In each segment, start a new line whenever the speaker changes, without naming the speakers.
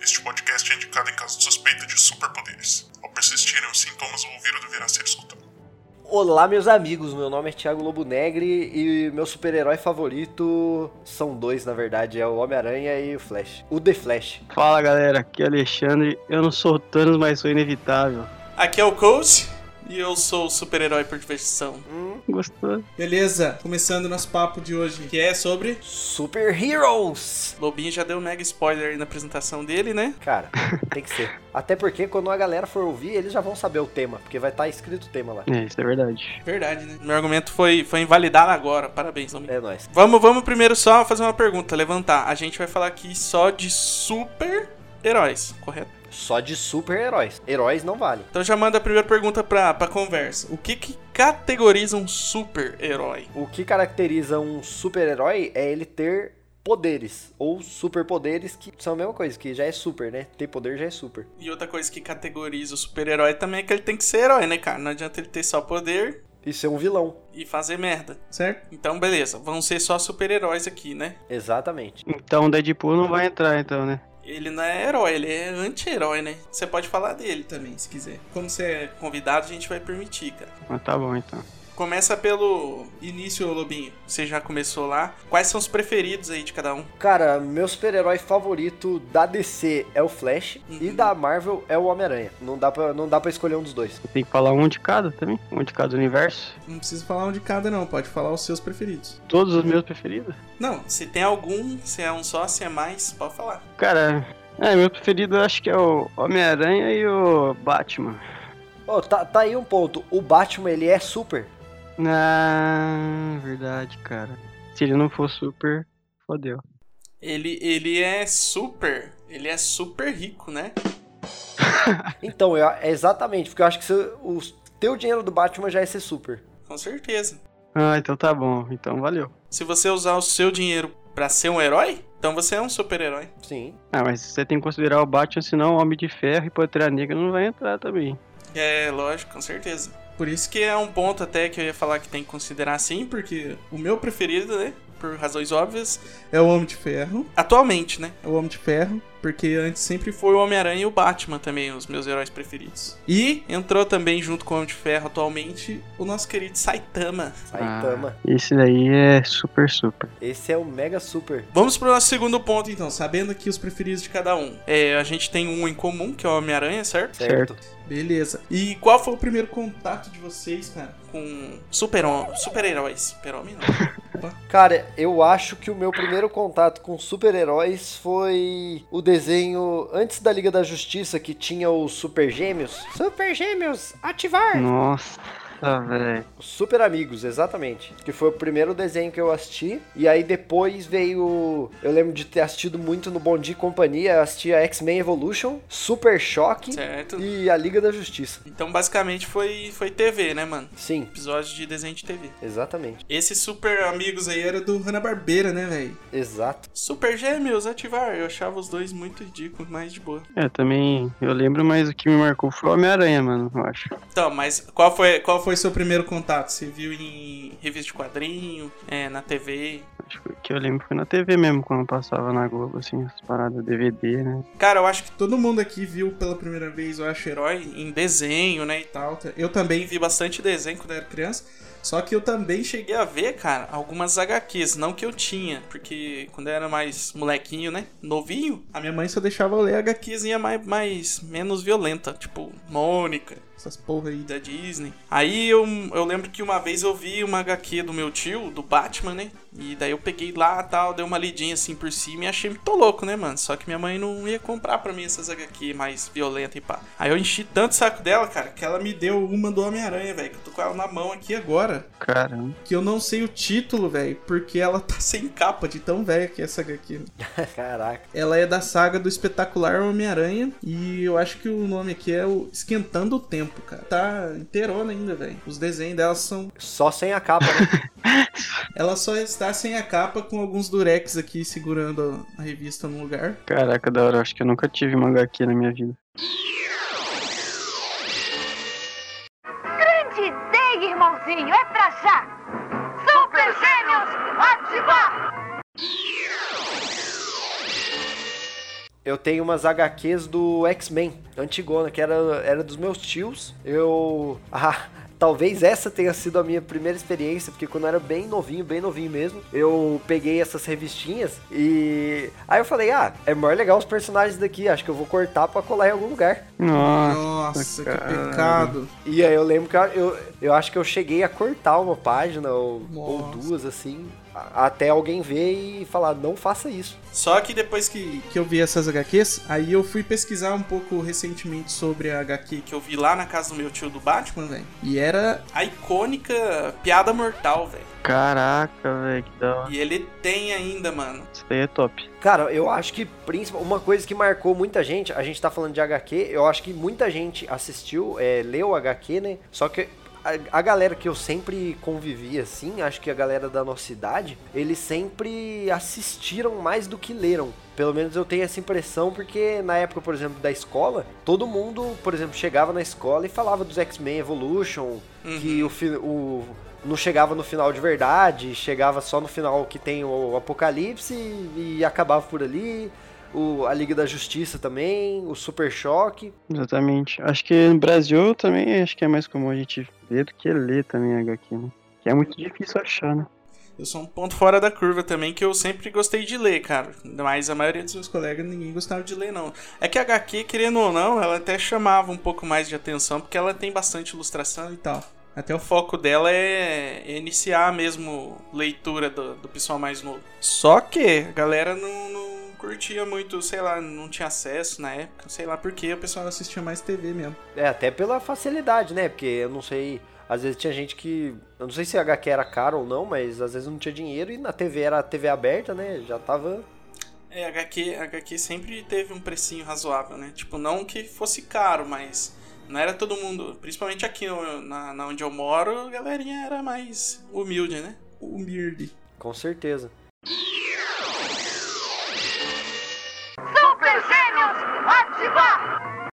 Este podcast é indicado em caso de suspeita de superpoderes. Ao persistirem os sintomas, o ouvido deverá ser escutado.
Olá, meus amigos. Meu nome é Thiago Lobo Negre e meu super-herói favorito são dois, na verdade, é o Homem-Aranha e o Flash. O The Flash.
Fala galera, aqui é o Alexandre. Eu não sou o Thanos, mas sou inevitável.
Aqui é o Coach e eu sou o super-herói por diversão.
Hum,
Gostou?
Beleza, começando nosso papo de hoje, que é sobre.
Super Heroes!
Lobinho já deu um mega spoiler aí na apresentação dele, né?
Cara, tem que ser. Até porque quando a galera for ouvir, eles já vão saber o tema, porque vai estar escrito o tema lá.
É, isso é verdade.
Verdade, né? Meu argumento foi, foi invalidado agora. Parabéns, Lobinho.
É nóis.
Vamos, vamos primeiro só fazer uma pergunta, levantar. A gente vai falar aqui só de super-heróis, correto?
Só de super-heróis. Heróis não vale.
Então já manda a primeira pergunta pra, pra conversa. O que que categoriza um super-herói?
O que caracteriza um super-herói é ele ter poderes ou superpoderes que são a mesma coisa, que já é super, né? Ter poder já é super.
E outra coisa que categoriza o super-herói também é que ele tem que ser herói, né, cara? Não adianta ele ter só poder
Isso é um vilão.
e fazer merda.
Certo?
Então, beleza, vão ser só super-heróis aqui, né?
Exatamente.
Então o Deadpool não vai entrar, então, né?
Ele não é herói, ele é anti-herói, né? Você pode falar dele também, se quiser. Como você é convidado, a gente vai permitir, cara.
Mas tá bom então.
Começa pelo início, Lobinho. Você já começou lá. Quais são os preferidos aí de cada um?
Cara, meu super-herói favorito da DC é o Flash e da Marvel é o Homem-Aranha. Não dá pra não dá para escolher um dos dois.
Tem que falar um de cada também? Um de cada universo?
Não precisa falar um de cada, não. Pode falar os seus preferidos.
Todos os meus preferidos?
Não, se tem algum, se é um só, se é mais, pode falar.
Cara, é, meu preferido eu acho que é o Homem-Aranha e o Batman.
Ó, tá, tá aí um ponto. O Batman, ele é super.
Ah, verdade, cara. Se ele não for super, fodeu.
Ele, ele é super. Ele é super rico, né?
Então, eu- é exatamente, porque eu acho que se, o teu dinheiro do Batman já é ser super.
Com certeza.
Ah, então tá bom. Então valeu.
Se você usar o seu dinheiro pra ser um herói, então você é um super-herói.
Sim.
Ah, mas você tem que considerar o Batman, senão o Homem de Ferro e Pantera Negra não vai entrar também.
É, lógico, com certeza.
Por isso
Isso que é um ponto até que eu ia falar que tem que considerar sim, porque o meu preferido, né? Por razões óbvias,
é o Homem de Ferro.
atualmente, né?
É o Homem de Ferro, porque antes sempre foi.
Foi o Homem-Aranha e o Batman também, os meus heróis preferidos. E entrou também junto com o Homem de Ferro atualmente o nosso querido Saitama.
Ah.
Saitama.
Esse daí é super, super.
Esse é o mega super.
Vamos pro nosso segundo ponto, então.
Então, sabendo aqui os preferidos de cada.
Cada um. É, a gente tem um em comum, que é o Homem-Aranha, certo?
Certo.
Beleza. E qual foi o primeiro contato de vocês, cara?
Com super-heróis. Super super-homem não.
Cara, eu acho que o meu primeiro contato com super-heróis foi o desenho antes da Liga da Justiça que tinha os Super Gêmeos. Super Gêmeos, ativar!
Nossa, velho.
Os Super Amigos, exatamente. Que foi o primeiro desenho que eu assisti. E aí depois veio. Eu lembro de ter assistido muito no Bom Dia e Companhia. Eu assistia X-Men Evolution, Super Choque
Certo.
e a Liga da Justiça.
Então, basicamente, foi, foi TV, né, mano?
Sim,
Episódio de desenho de TV.
exatamente.
Esses super amigos
Isso
aí
aí era do Hanna-Barbera, né, velho?
Exato.
Super Gêmeos, ativar. Eu achava os dois muito ridículos, mas de boa.
É, também eu lembro, mas o que me marcou foi o Homem-Aranha, mano, eu acho.
Então, mas qual foi, qual
Qual foi seu primeiro contato? Você viu em.
em revista de quadrinho, é, na TV?
Acho que o que eu lembro foi na TV mesmo, quando passava na Globo, assim, as paradas DVD, né?
Cara, eu acho que
Todo mundo aqui viu pela primeira vez, eu acho, herói
herói em desenho, né, e
e
tal.
tal. Eu
Também
também
vi bastante desenho quando eu era
criança. Só que eu também cheguei.
Cheguei a ver, cara, algumas HQs, não que eu tinha, porque quando eu era mais molequinho, né, novinho,
A minha mãe só deixava eu ler
a
HQ.
HQzinha mais, mais menos violenta, tipo Mônica,
Essas porra aí.
da Disney. Aí eu, eu lembro que uma vez eu vi uma HQ do meu tio, do Batman, né? E daí eu peguei lá tal, dei uma lidinha assim por cima e achei muito louco, né, mano? Só que minha mãe não ia comprar pra mim essas HQ mais violenta e pá. Aí eu enchi tanto o saco dela, cara, que ela me deu uma do Homem-Aranha, velho. Que eu tô com ela na mão aqui agora.
Caramba.
Que eu não sei o título, velho, porque ela tá sem capa de tão velha que é essa HQ.
Caraca.
Ela é da saga do espetacular Homem-Aranha. E eu acho que o nome aqui é o Esquentando o Tempo, cara. Tá inteirona ainda, velho. Os desenhos dela são.
Só sem a capa, né?
Ela só está sem a capa com alguns durex aqui segurando a revista num lugar.
Caraca, da hora, eu acho que eu nunca tive uma HQ na minha vida.
Grande ideia, irmãozinho! É pra já! Super Gêmeos, ativar!
Eu tenho umas HQs do X-Men, antigona, que era, era dos meus tios. Eu. Ah, talvez essa tenha sido a minha primeira experiência, porque quando eu era bem novinho, bem novinho mesmo, eu peguei essas revistinhas e. Aí eu falei, ah, é maior legal os personagens daqui, acho que eu vou cortar pra colar em algum lugar.
Nossa.
Nossa, que
cara.
pecado.
E aí eu lembro que eu, eu, eu acho que eu cheguei a cortar uma página ou, ou
Nossa.
duas, assim, a- até alguém ver e falar, não faça isso.
Só que depois que,
Que, que eu vi essas HQs, aí eu fui pesquisar um pouco recentemente sobre a HQ
que eu vi lá na casa do meu tio do Batman,
Batman, velho. E era.
a icônica piada mortal, velho.
Caraca, velho, que da hora.
E ele tem ainda, mano.
Isso daí é top.
Cara, eu acho que principal, uma coisa que marcou muita gente, a gente tá falando de HQ, eu acho que muita gente assistiu, é, leu HQ, né? Só que a, a galera que eu sempre convivi assim, acho que a galera da nossa idade, eles sempre assistiram mais do que leram. Pelo menos eu tenho essa impressão, porque na época, por exemplo, da escola, todo mundo, por exemplo, chegava na escola e falava dos X-Men Evolution, que o, fi- o não chegava no final de verdade, chegava só no final que tem o Apocalipse e, e acabava por ali. O, a Liga da Justiça também, o Super Choque.
Exatamente. Acho que no Brasil também acho que é mais comum a gente ver do que ler também HQ, né? Que é muito difícil achar, né?
Eu sou um ponto fora da curva também, que eu sempre gostei de ler, cara. Mas a maioria dos meus colegas ninguém gostava de ler, não. É que a HQ, querendo ou não, ela até chamava um pouco mais de atenção, porque ela tem bastante ilustração e tal. Até o foco dela é é iniciar mesmo leitura do, do pessoal mais novo. Só que a galera não, não curtia muito, sei lá, não tinha acesso na época, sei lá porquê, o
O pessoal
pessoal
assistia mais TV mesmo.
É, até pela facilidade, né? Porque eu não sei. Às vezes tinha gente que. Eu não sei se a HQ era caro ou não, mas às vezes não tinha dinheiro e na TV era TV aberta, né? Já tava.
É, HQ, HQ sempre teve um precinho razoável, né? Tipo, não que fosse caro, mas não era todo mundo. Principalmente aqui no- na, na onde eu moro, a galerinha era mais humilde, né?
Humilde.
Com certeza.
Super Gêmeos, ativar!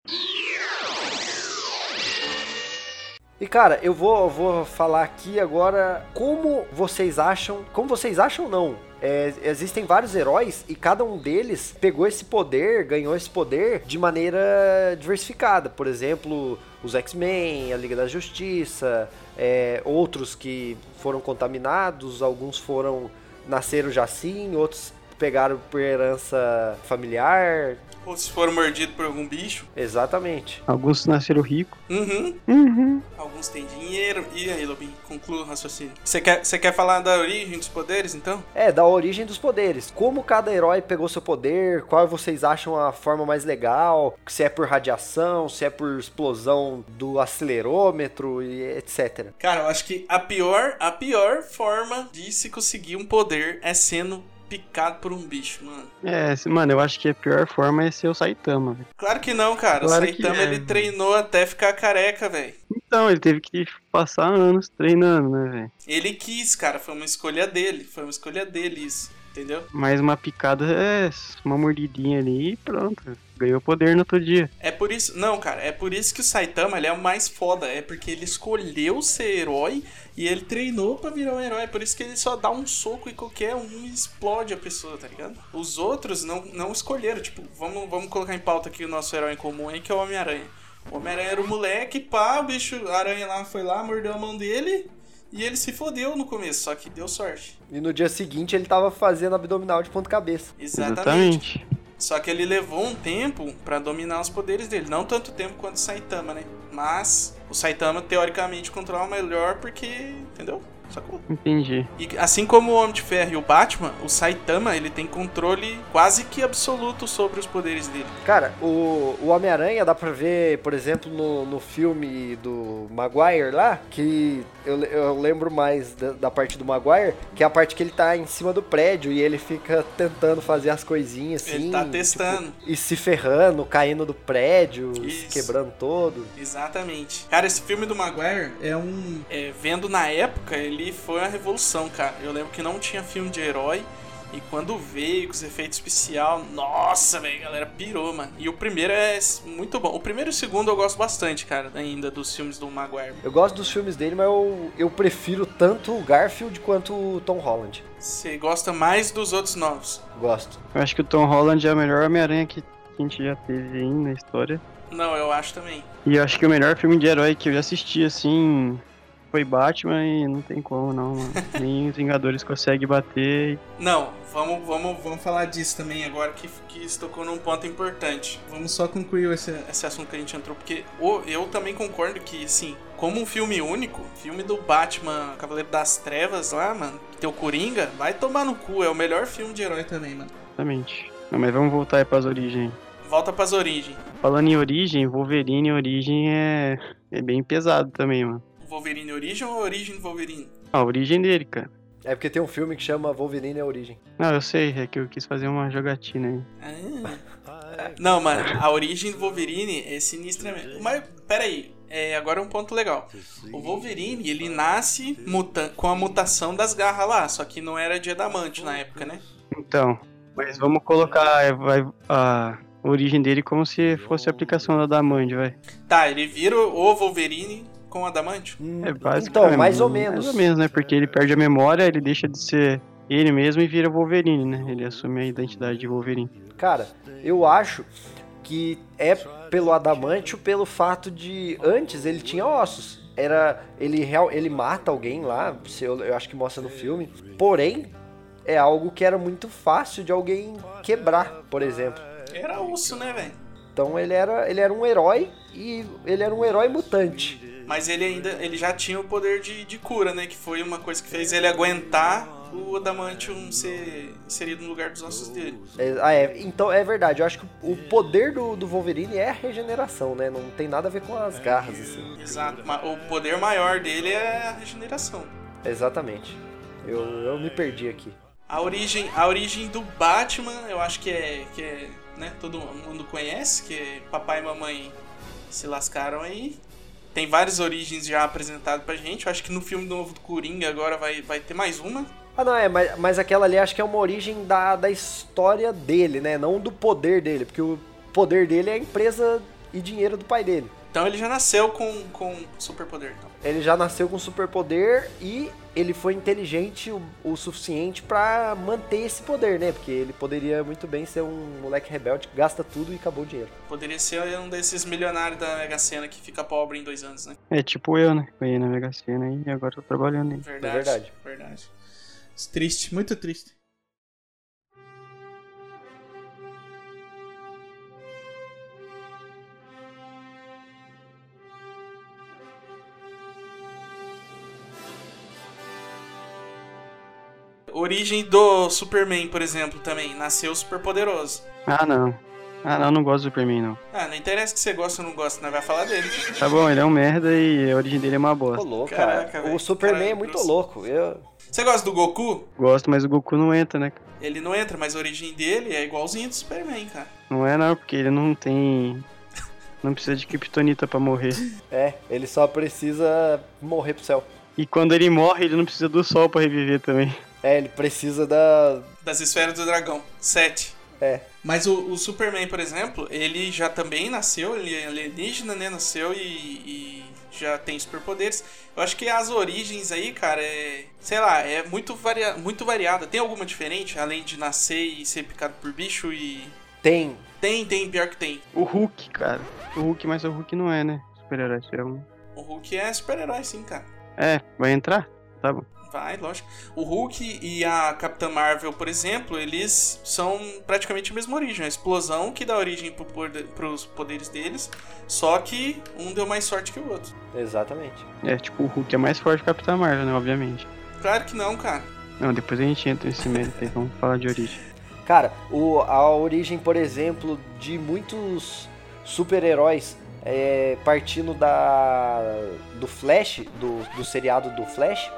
E cara, eu vou, eu vou falar aqui agora como vocês acham. Como vocês acham não? É, existem vários heróis e cada um deles pegou esse poder, ganhou esse poder de maneira diversificada. Por exemplo, os X-Men, a Liga da Justiça, é, outros que foram contaminados, alguns foram nasceram já assim, outros pegaram por herança familiar.
Ou se foram mordidos por algum bicho.
Exatamente.
Alguns nasceram ricos.
Uhum.
Uhum.
Alguns têm dinheiro. E aí, Lobinho, conclua o raciocínio. Você quer, você quer falar da origem dos poderes, então?
É, da origem dos poderes. Como cada herói pegou seu poder, qual vocês acham a forma mais legal, se é por radiação, se é por explosão do acelerômetro e etc.
Cara, eu acho que a pior, a pior forma de se conseguir um poder é sendo picado por um bicho, mano.
É, se- mano, eu acho que a pior forma é ser o Saitama, velho.
Claro que não, cara.
Claro
o
que é.
Saitama, ele treinou até ficar careca, velho.
Então, ele teve que passar anos treinando, né, velho?
Ele quis, cara, foi uma escolha dele, foi uma escolha dele isso, entendeu?
Mas uma picada é uma mordidinha ali e pronto. Ganhou poder no outro dia.
É por isso, não, cara, é por isso que o Saitama ele é o mais foda, é porque ele escolheu ser herói e ele treinou pra virar um herói, é por isso que ele só dá um soco e qualquer um explode a pessoa, tá ligado? Os outros não, não escolheram, tipo, vamos, vamos colocar em pauta aqui o nosso herói em comum aí, que é o Homem-Aranha. O Homem-Aranha era o moleque, pá, o bicho, a aranha lá foi lá, mordeu a mão dele e ele se fodeu no começo, só que deu sorte.
E no dia seguinte ele tava fazendo abdominal de ponta cabeça.
Exatamente. Só que ele levou um tempo pra dominar os poderes dele. Não tanto tempo quanto o Saitama, né? Mas o Saitama, teoricamente, controla melhor porque. Entendeu? Sacou?
Entendi.
E assim como o Homem de Ferro e o Batman, o Saitama ele tem controle quase que absoluto sobre os poderes dele.
Cara, o, o Homem-Aranha dá pra ver, por exemplo, no, no filme do Maguire lá, que eu, le- eu lembro mais da, da parte do Maguire, que é a parte que ele tá em cima do prédio e ele fica tentando fazer as coisinhas assim.
ele tá
tipo,
testando.
E se ferrando, caindo do prédio, se
Isso.
quebrando todo.
Exatamente. Cara, esse filme do Maguire,
É um.
é, vendo na época, ele foi uma revolução, cara. Eu lembro que não tinha filme de herói. E quando veio com os efeitos especial, nossa, velho, a galera pirou, mano. E o primeiro é s- muito bom. O primeiro e o segundo eu gosto bastante, cara, ainda dos filmes do Maguire.
Eu gosto dos filmes dele, mas eu, eu prefiro tanto o Garfield quanto o Tom Holland.
Você gosta mais dos outros novos.
Gosto.
Eu acho que o Tom Holland é o melhor Homem-Aranha que
que a gente já teve aí na história.
Não, eu acho também.
E eu acho que o melhor filme de herói que eu já assisti, assim, foi Batman e não tem como, não, mano. Nem os Vingadores conseguem bater.
Não, vamos, vamos, vamos falar disso também agora que, que isso tocou num ponto importante.
Vamos só concluir esse.
Esse assunto que a gente entrou, porque o- eu também concordo que, assim, como um filme único, filme do Batman, Cavaleiro das Trevas lá, mano, que tem o Coringa, vai tomar no cu, é o melhor filme de herói também, mano.
Exatamente. Não, mas vamos voltar aí pras origens.
Volta pras origens.
Falando em origem, Wolverine origem é, é bem pesado também, mano. Ah,
Wolverine Origem ou Origem do Wolverine?
A origem dele, cara.
É porque tem um filme que chama Wolverine a Origem.
Não, eu sei, é que eu quis fazer uma jogatina aí.
Ah. Não, mano, a origem do Wolverine é sinistra mesmo. Mas, peraí, é, agora é um ponto legal. O Wolverine, ele nasce muta- com a mutação das garras lá, só que não era de adamante na época, né?
Então, mas vamos colocar é, vai- a origem dele como se fosse a aplicação da Damand, vai.
Tá, ele vira o Wolverine com adamante?
É básico.
Então, mais ou menos.
Mais ou menos, né? Porque ele perde a memória, ele deixa de ser ele mesmo e vira Wolverine, né? Ele assume a identidade de Wolverine.
Cara, eu acho que é pelo adamantio pelo fato de antes ele tinha ossos. Era ele real, ele mata alguém lá, se eu, eu acho que mostra no filme. Porém, é algo que era muito fácil de alguém quebrar, por exemplo.
Era osso, né, velho?
Então ele era, ele era um herói e ele era um herói mutante.
Mas ele ainda, ele já tinha o poder de, de cura, né? Que foi uma coisa que fez ele aguentar o adamantium ser inserido no lugar dos ossos dele.
É, ah, é, então é verdade, eu acho que o poder do, do Wolverine é a regeneração, né? Não tem nada a ver com as garras, assim.
Exato. ma- O poder maior dele é a regeneração.
Exatamente. Eu, eu me perdi aqui.
A origem, a origem do Batman, eu acho que é, que é, né, todo mundo conhece, que é papai e mamãe se lascaram aí. Tem várias origens já apresentadas pra gente. Eu acho que no filme novo do Coringa agora vai, vai ter mais uma.
Ah, não, é, mas, mas aquela ali acho que é uma origem da, da história dele, né? Não do poder dele, porque o poder dele é a empresa e dinheiro do pai dele.
Então ele já nasceu com, com superpoder. Então.
Ele já nasceu com superpoder e ele foi inteligente o, o suficiente pra manter esse poder, né? Porque ele poderia muito bem ser um moleque rebelde que gasta tudo e acabou o dinheiro.
Poderia ser um desses milionários da Mega Sena que fica pobre em dois anos, né?
É tipo eu, né? Ganhei na Mega Sena e agora tô trabalhando aí.
Verdade.
verdade.
verdade.
Triste, muito triste.
Origem do Superman, por exemplo, também. Nasceu super poderoso.
Ah, não. Ah, não, não gosto do Superman, não.
Ah, não interessa que você gosta ou não gosta, nós vai falar dele.
Tá bom, ele é um merda e a origem dele é uma
Ô
bosta.
louco,
Caraca,
cara.
velho.
O Superman
Caralho,
é muito
grosso.
louco. Eu,
Você gosta do Goku?
Gosto, mas o Goku não entra, né? cara?
Ele não entra, mas a origem dele é igualzinha do Superman, cara.
Não é, não, porque ele não tem. Não precisa de Kryptonita pra morrer.
é, ele só precisa morrer pro céu.
E quando ele morre, ele não precisa do sol pra reviver também.
É, ele precisa da.
Das esferas do dragão. Sete.
É.
Mas o, o Superman, por exemplo, ele já também nasceu, ele é alienígena, né? Nasceu e, e já tem superpoderes. Eu acho que as origens aí, cara, é. Sei lá, é muito, varia, muito variada. Tem alguma diferente, além de nascer e ser picado por bicho e.
Tem.
Tem, tem, pior que tem.
O Hulk, cara. O Hulk, mas o Hulk não é, né? Super-herói. isso É, um...
O Hulk é super-herói, sim, cara.
é, vai entrar? Tá bom.
Vai, lógico. O Hulk e a Capitã Marvel, por exemplo, eles são praticamente a mesma origem. A explosão que dá origem pro poder- pros poderes deles, só que um deu mais sorte que o outro.
Exatamente.
É, tipo, o Hulk é mais forte que o Capitão Marvel, né? Obviamente.
Claro que não, cara.
Não, depois a gente entra nesse mérito aí. Vamos falar de origem.
Cara, o- a origem, por exemplo, de muitos super-heróis é, partindo da do Flash, do, do seriado do Flash,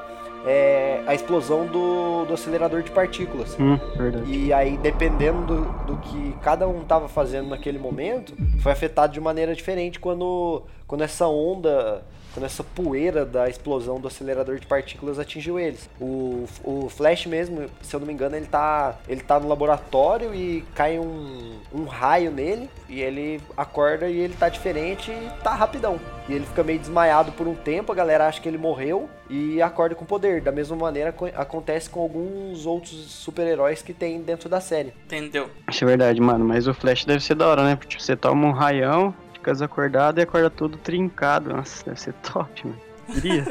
é a explosão do, do acelerador de partículas.
Hum, verdade.
E aí, dependendo do, do que cada um tava fazendo naquele momento, foi afetado de maneira diferente quando, quando essa onda, quando essa poeira da explosão do acelerador de partículas atingiu eles. O, o Flash mesmo, se eu não me engano, ele tá, ele tá no laboratório e cai um, um raio nele, e ele acorda e ele tá diferente e tá rapidão. E ele fica meio desmaiado por um tempo, a galera acha que ele morreu e acorda com o poder. Da mesma maneira co- acontece com alguns outros super-heróis que tem dentro da série.
Entendeu?
Isso é verdade, mano. Mas o Flash deve ser da hora, né? Porque tipo, você toma um raião, fica desacordado e acorda todo trincado. Nossa, deve ser top, mano. Queria.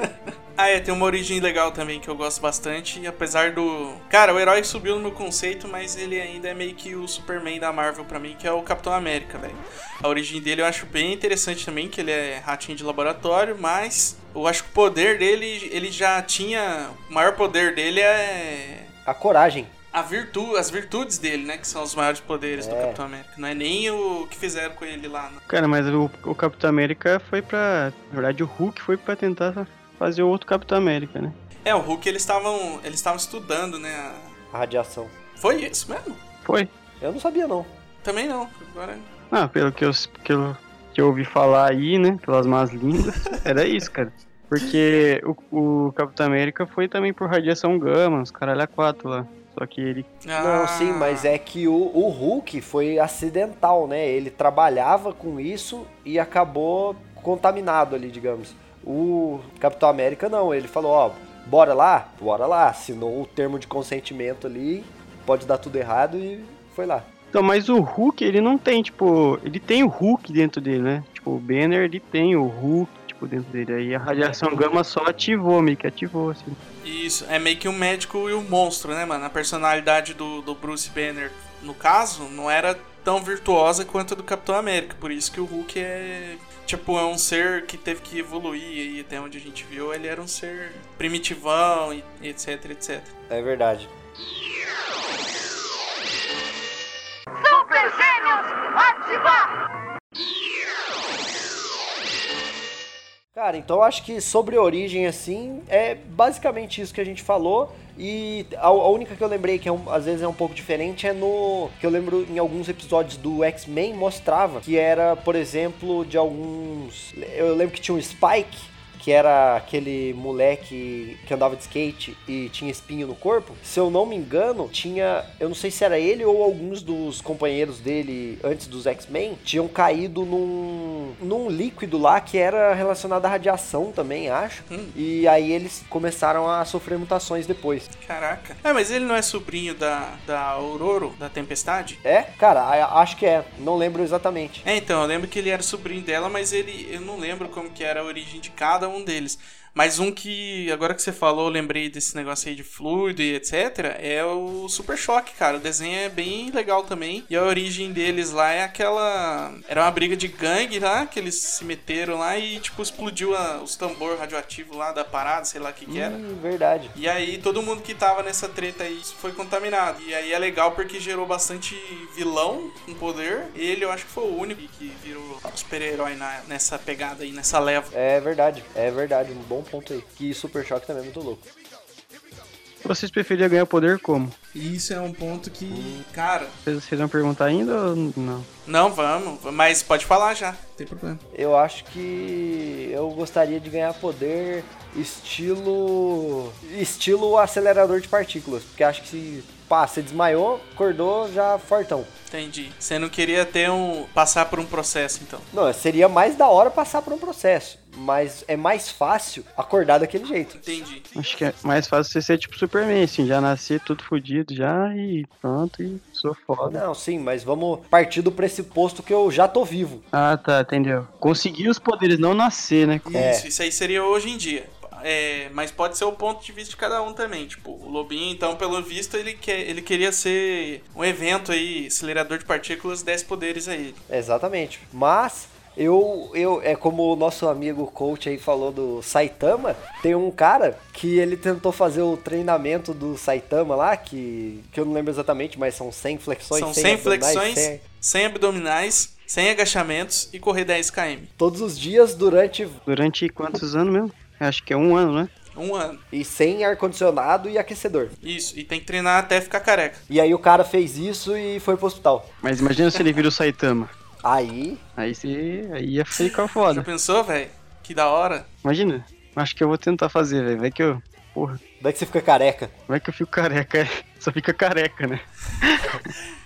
Ah, é, tem uma origem legal também que eu gosto bastante, e apesar do. Cara, o herói subiu no meu conceito, mas ele ainda é meio que o Superman da Marvel pra mim, que é o Capitão América, velho. A origem dele eu acho bem interessante também, que ele é ratinho de laboratório, mas eu acho que o poder dele, ele já tinha. O maior poder dele é.
A coragem.
A virtu... As virtudes dele, né? Que são os maiores poderes do Capitão América. Não é nem o que fizeram com ele lá. né. Não.
Cara, mas o, o Capitão América foi pra. Na verdade, o Hulk foi pra tentar fazer o outro Capitão América, né?
É, o Hulk eles estavam. Eles estavam estudando, né? a-
A radiação.
Foi isso mesmo?
Foi?
Eu não sabia, não.
Também não. Agora.
Ah, pelo que eu, pelo que eu ouvi falar aí, né? Pelas más línguas, era isso, cara. Porque o, o Capitão América foi também por radiação gama, os caralho a quatro lá. Só que ele.
Não, sim,
Ah,
mas é que o, o Hulk foi acidental, né? Ele trabalhava com isso e acabou contaminado ali, digamos. O Capitão América não, ele falou, ó, bora lá, bora lá. Assinou o termo de consentimento ali, pode dar tudo errado e foi lá.
Então, mas o Hulk, ele não tem, tipo. Ele tem o Hulk dentro dele, né? Tipo, o Banner, ele tem o Hulk, tipo, dentro dele. Aí a radiação gama só ativou, meio que ativou, assim.
Isso, é meio que o médico e o monstro, né, mano? A personalidade do, do Bruce Banner, no caso, não era tão virtuosa quanto a do Capitão América. Por isso que o Hulk é. Tipo, é um ser que teve que evoluir e até onde a gente viu, ele era um ser primitivão e etc, etc.
É verdade.
Super Gêmeos, ativar!
Cara, então eu acho que sobre origem, assim, é basicamente isso que a gente falou. E a, a única que eu lembrei, que é um- às vezes é um pouco diferente, é no. que eu lembro em alguns episódios do X-Men mostrava que era, por exemplo, de alguns. Eu lembro que tinha um Spike. Que era aquele moleque que andava de skate e tinha espinho no corpo. Se eu não me engano, tinha. Eu não sei se era ele ou alguns dos companheiros dele antes dos X-Men tinham caído num, num líquido lá que era relacionado à radiação também, acho.
Hum.
E aí eles começaram a sofrer mutações depois.
Caraca. É, mas ele não é sobrinho da, da Aurora, da Tempestade?
É? Cara, a- acho que é. Não lembro exatamente.
É, então, eu lembro que ele era sobrinho dela, mas ele. Eu não lembro como que era a origem de cada um deles. Mas um que, agora que você falou, eu lembrei desse negócio aí de fluido e etc. É o Super Choque, cara. O desenho é bem legal também. E a origem deles lá é aquela. Era uma briga de gangue lá, que eles se meteram lá e, tipo, explodiu a- os tambor radioativos lá da parada, sei lá o que que era.
Hum, verdade.
E aí todo mundo que tava nessa treta aí foi contaminado. E aí é legal porque gerou bastante vilão com poder. Ele eu acho que foi o único que virou super-herói na- nessa pegada aí, nessa leva.
É verdade, é verdade. Um bom ponto aí. Que Super Choque também é muito louco.
Vocês preferiam ganhar poder como?
E isso é um ponto que.
Cara,
Vocês vocês vão perguntar ainda ou não?
não vamos, mas pode falar já.
Não tem problema.
Eu acho que eu gostaria de ganhar poder estilo estilo acelerador de partículas, porque acho que se pá, você desmaiou, acordou já fortão.
Entendi. Você não queria ter um. passar por um processo, então.
Não, seria mais da hora passar por um processo, mas é mais fácil acordar daquele jeito.
Entendi.
Acho que é mais fácil você ser tipo Superman, assim, já nascer tudo fodido já e pronto, e sou foda.
Não, sim, mas vamos partir do pressuposto que eu já tô vivo.
Ah, tá, entendeu. Conseguir os poderes, não nascer, né?
É.
Isso, isso aí seria hoje em dia. É, mas pode ser o ponto de vista de cada um também. Tipo, o Lobinho, então, pelo visto, ele, quer, ele queria ser um evento aí, acelerador de partículas, 10 poderes aí.
Exatamente. Mas eu, eu é como o nosso amigo coach aí falou do Saitama, tem um cara que ele tentou fazer o treinamento do Saitama lá, que, que eu não lembro exatamente, mas são 100 flexões,
São 100
abdominais,
flexões,
100
100 abdominais, 100 agachamentos e correr 10 km.
todos os dias durante
Durante quantos anos mesmo? Acho que é um ano, né?
Um ano.
e sem ar condicionado e aquecedor.
Isso. E tem que treinar até ficar careca.
E aí o cara fez isso e foi pro hospital.
Mas imagina se ele vira o Saitama.
Aí,
Aí você. Aí ia ficar
Já
foda.
pensou, velho? Que da hora.
Imagina. Acho que eu vou tentar fazer, velho. Vai que eu. Porra,
daí que você fica careca.
vai que eu fico careca. Só fica careca, né?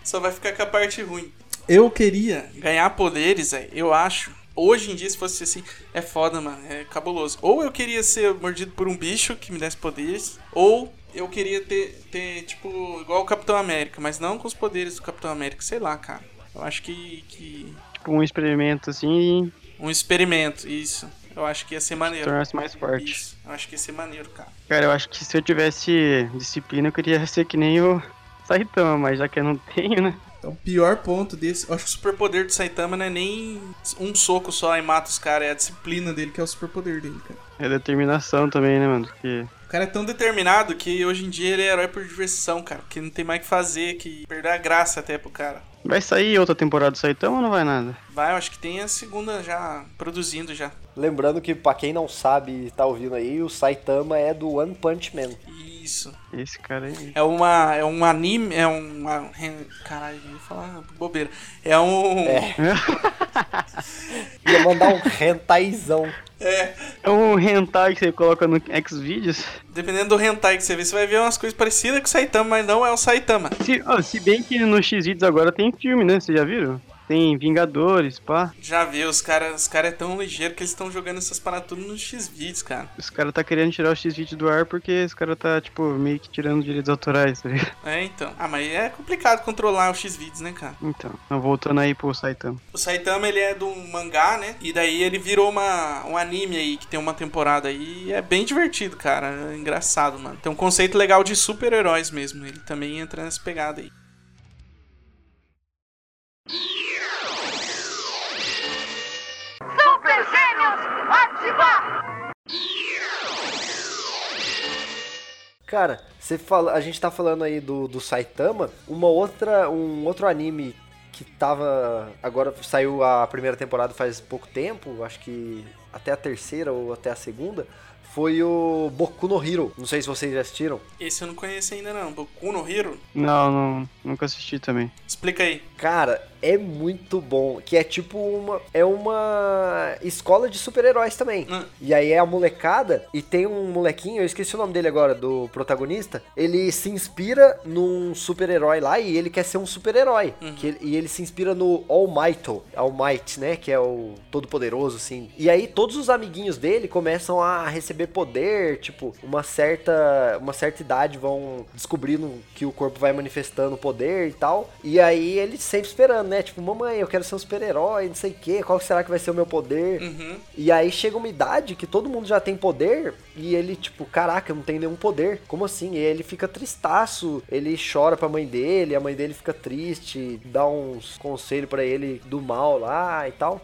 Só vai ficar com a parte ruim.
Eu queria.
Ganhar poderes, velho, é, eu acho. hoje em dia, se fosse assim, é foda, mano. É cabuloso. Ou eu queria ser mordido por um bicho que me desse poderes, ou eu queria ter, ter tipo, igual o Capitão América, mas não com os poderes do Capitão América, sei lá, cara. Eu acho que. que...
Tipo, um experimento assim
Um experimento, isso. Eu acho que ia ser maneiro.
tornar-se mais forte.
Isso. Eu acho que ia ser maneiro, cara.
Cara, eu acho que se eu tivesse disciplina, eu queria ser que nem o Saitama, mas já que eu não tenho, né?
É
Então, o pior ponto desse. eu
O
acho
superpoder do Saitama não é nem um soco só e mata os caras, é
que
a
a
disciplina.
disciplina dele que é o superpoder dele, cara.
É determinação também, né, mano? Porque
O cara é tão determinado que hoje em dia ele é herói por diversão, cara. Porque não tem mais o que fazer, que perder a graça até pro cara.
vai sair outra temporada do Saitama ou não vai nada?
Vai, eu acho que tem a segunda já produzindo já.
Lembrando que, pra quem não sabe e tá ouvindo aí, o Saitama é do One Punch Man.
Isso.
Esse cara aí.
É uma. É um anime. É um. Caralho, eu ia falar bobeira. É um.
É. Ia mandar um rentaizão.
É um hentai que você coloca no Xvideos.
Dependendo do hentai que você vê, você vai ver umas coisas parecidas com o Saitama, mas não é o Saitama.
Se, ó, se bem que no Xvideos agora tem filme, né? Vocês já viram? Tem Vingadores, pá.
Já vê, os caras os cara é tão ligeiro que eles estão jogando essas paradas tudo nos X-Videos, cara.
Os caras tá querendo tirar o Xvideos do ar porque esse cara tá, tipo, meio que tirando os direitos autorais, tá ligado?
É, então. Ah, mas é complicado controlar os X-Videos, né, cara?
Então, então, voltando aí pro Saitama.
O Saitama, ele é de um mangá, né? E daí ele virou uma, um anime aí, que tem uma temporada aí. E é bem divertido, cara. É engraçado, mano. Tem um conceito legal de super-heróis mesmo. Ele também entra nessa pegada aí.
Super Gêmeos, ativar!
Cara, você fala, a gente tá falando aí do, do Saitama, uma outra, um outro anime que tava agora saiu a primeira temporada faz pouco tempo, acho que até a terceira ou até a segunda, foi o Boku no Hero. Não sei se vocês já assistiram.
Esse eu não conheço ainda, não. Boku no Hero?
Não, não, nunca assisti também.
Explica aí.
Cara, é muito bom. Que é tipo uma. É uma escola de super-heróis também.
Hum.
E aí é a molecada. E tem um molequinho, eu esqueci o nome dele agora, do protagonista. Ele se inspira num super-herói lá e ele quer ser um super-herói. Que ele- E ele se inspira no All Might, All Might, né? Que é o todo-poderoso, assim. E aí todos os amiguinhos dele começam a receber poder. Tipo, uma certa, uma certa idade vão descobrindo que o corpo vai manifestando poder e tal. E aí ele sempre esperando, né? Tipo, mamãe, eu quero ser um super-herói, não sei o quê. Qual será que vai ser o meu poder?
Uhum.
E aí chega uma idade que todo mundo já tem poder e ele, tipo, caraca, eu não tenho nenhum poder. Como assim? E ele fica tristaço, ele chora pra mãe dele, a mãe dele fica triste, dá uns conselhos pra ele do mal lá e tal.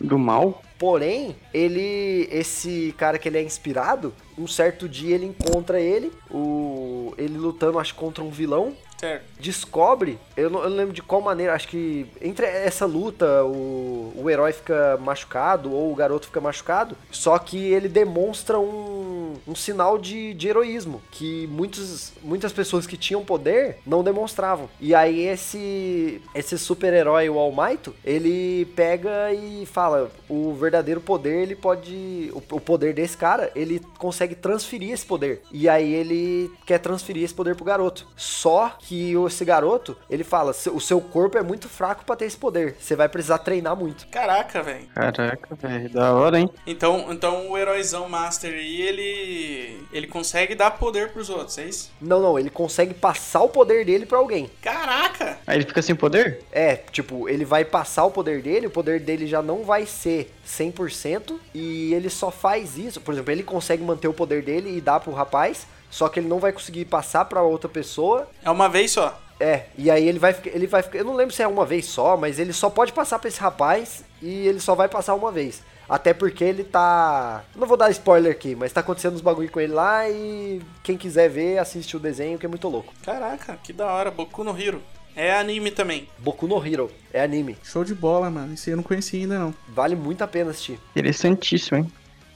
Do mal?
Porém, ele. Esse cara que ele é inspirado, um certo dia ele encontra ele, o. ele lutando, acho, contra um vilão
Certo.
descobre, eu não, eu não lembro de qual maneira, acho que entre essa luta o, o herói fica machucado ou o garoto fica machucado, só que ele demonstra um, um sinal de, de heroísmo, que muitos, muitas pessoas que tinham poder não demonstravam. E aí esse, esse super-herói, o All Might, ele pega e fala, o verdadeiro poder, ele pode, o, o poder desse cara, ele consegue transferir esse poder. E aí ele quer transferir esse poder pro garoto. Só que esse garoto, ele fala: "Se- o seu corpo é muito fraco pra ter esse poder. Você vai precisar treinar muito.
Caraca, velho.
Caraca, velho, da hora, hein?
Então, então o heróizão master aí, ele. ele consegue dar poder pros outros, é isso?
Não, não, ele consegue passar o poder dele pra alguém.
Caraca!
Aí ele fica sem poder?
É, tipo, ele vai passar o poder dele, o poder dele já não vai ser 100%, e ele só faz isso. Por exemplo, ele consegue manter o poder dele e dar pro rapaz, só que ele não vai conseguir passar pra outra pessoa.
É uma vez só.
É, e aí ele vai, fica- ele vai, fica- eu não lembro se é uma vez só, mas ele só pode passar pra esse rapaz e ele só vai passar uma vez. Até porque ele tá, não vou dar spoiler aqui, mas tá acontecendo uns bagulho com ele lá e quem quiser ver, assiste o desenho que é muito louco.
Caraca, que da hora. Boku no Hero. É anime também.
Boku no Hero é anime,
Show de bola, mano. Isso aí eu não conhecia ainda, não.
vale muito a pena assistir.
Interessantíssimo, hein?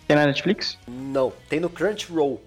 Tem na Netflix?
Não, tem no Crunchyroll.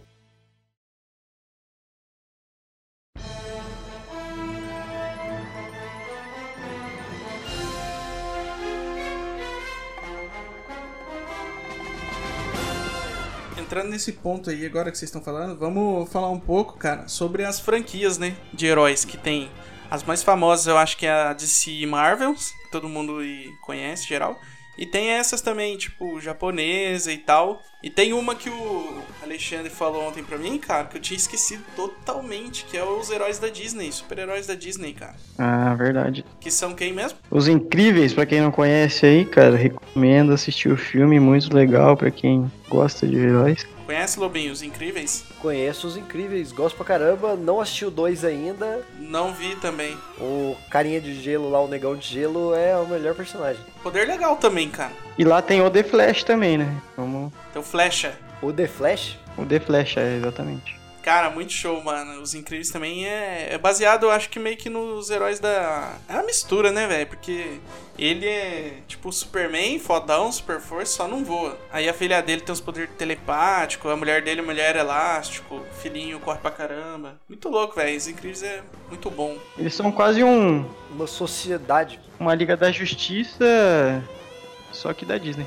Entrando nesse ponto aí, agora que vocês estão falando, vamos falar um pouco, cara, sobre as.
As franquias, né? De heróis que tem. As mais famosas eu acho que é a DC e Marvels, que todo mundo aí conhece, geral. E tem essas também, tipo, japonesa e tal. E tem uma que o Alexandre falou ontem pra mim, cara, que eu tinha esquecido totalmente, que é os heróis da Disney, super-heróis da Disney, cara.
Ah, verdade.
Que são quem mesmo?
Os Incríveis, pra quem não conhece aí, cara, recomendo assistir o filme, muito legal pra quem gosta de heróis.
Conhece, Lobinho, os incríveis?
Conheço os incríveis, gosto pra caramba, não assisti o 2 ainda.
Não vi também.
O carinha de gelo lá, o negão de gelo, é o melhor personagem.
Poder legal também, cara.
E lá tem o The Flash também, né? Como
Então, flecha.
O The Flash?
o The Flash, é, exatamente.
Cara, muito show, mano. Os Incríveis também é, é baseado, eu acho que meio que nos heróis da. É uma mistura, né, velho? Porque ele é tipo Superman, fodão, super força, só não voa. Aí a filha dele tem os poderes telepáticos, a mulher dele é mulher elástico, o filhinho corre pra caramba. Muito louco, velho. Os Incríveis é muito bom.
Eles são quase um
Uma sociedade.
uma Liga da Justiça, só que da Disney.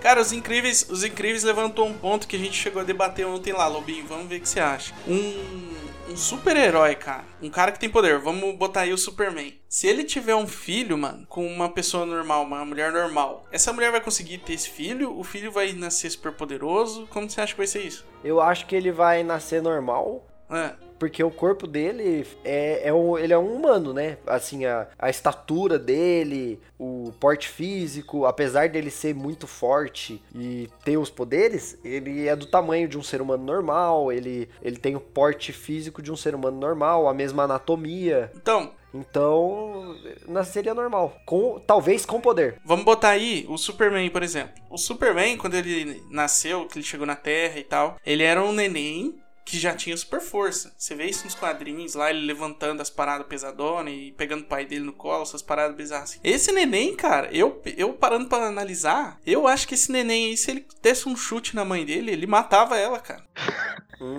Cara, os incríveis, os incríveis levantou um ponto que a gente chegou a debater ontem lá, Lobinho. Vamos ver o que você acha. Um, um super-herói, cara. Um cara que tem poder. Vamos botar aí o Superman. Se ele tiver um filho, mano, com uma pessoa normal, uma mulher normal, essa mulher vai conseguir ter esse filho? O filho vai nascer super poderoso? Como você acha que vai ser isso?
Eu acho que ele vai nascer normal,
Ah,
porque o corpo dele é, é um, ele é um humano, né? Assim, a, a estatura dele, o porte físico, apesar dele ser muito forte e ter os poderes, ele é do tamanho de um ser humano normal, ele, ele tem o porte físico de um ser humano normal, a mesma anatomia.
então,
Então, nasceria normal. Com, talvez com poder.
Vamos botar aí o Superman, por exemplo. O Superman, quando ele nasceu, que ele chegou na Terra e tal, ele era um neném que já tinha super força. Você vê isso nos quadrinhos lá, ele levantando as paradas pesadonas e pegando o pai dele no colo, essas paradas bizarras. assim. Esse neném, cara, eu, eu parando pra analisar, eu acho que esse neném aí, se ele desse um chute na mãe dele, ele matava ela, cara.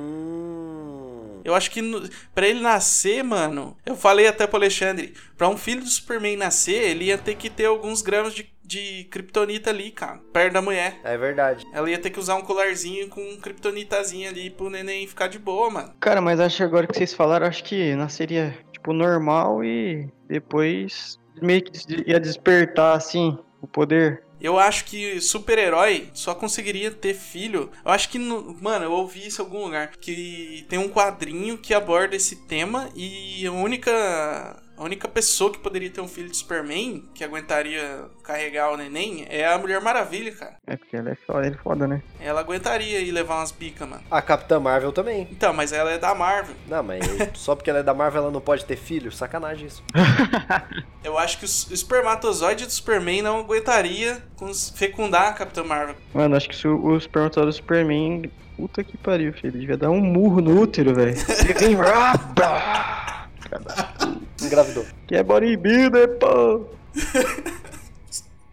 Hum.
Eu acho que no- pra ele nascer, mano, eu falei até pro Alexandre, pra um filho do Superman nascer, ele ia ter que ter alguns gramas de, de kriptonita ali, cara, perto da mulher.
É verdade.
Ela ia ter que usar um colarzinho com um kriptonitazinho ali pro neném ficar de boa, mano.
Cara, mas acho que agora que vocês falaram, acho que nasceria, tipo, normal e depois meio que des- ia despertar, assim, o poder.
Eu acho que super-herói só conseguiria ter filho. Eu acho que, no- mano, eu ouvi isso em algum lugar. Que tem um quadrinho que aborda esse tema e a única. A única pessoa que poderia ter um filho de Superman, que aguentaria carregar o neném, é a Mulher Maravilha, cara.
É porque ela é foda, ele é foda, né?
Ela aguentaria e levar umas bicas, mano.
A Capitã Marvel também.
Então, mas ela é da Marvel.
Não, mas só porque ela é da Marvel ela não pode ter filho? Sacanagem isso.
Eu acho que o s- o espermatozoide do Superman não aguentaria cons- fecundar a Capitã Marvel.
Mano, acho que se o- os perguntaram do Superman. Puta que pariu, filho. Devia dar um murro no útero, velho. Ele vem. rá, brá.
Engravidou.
que é bodybuilder, pô.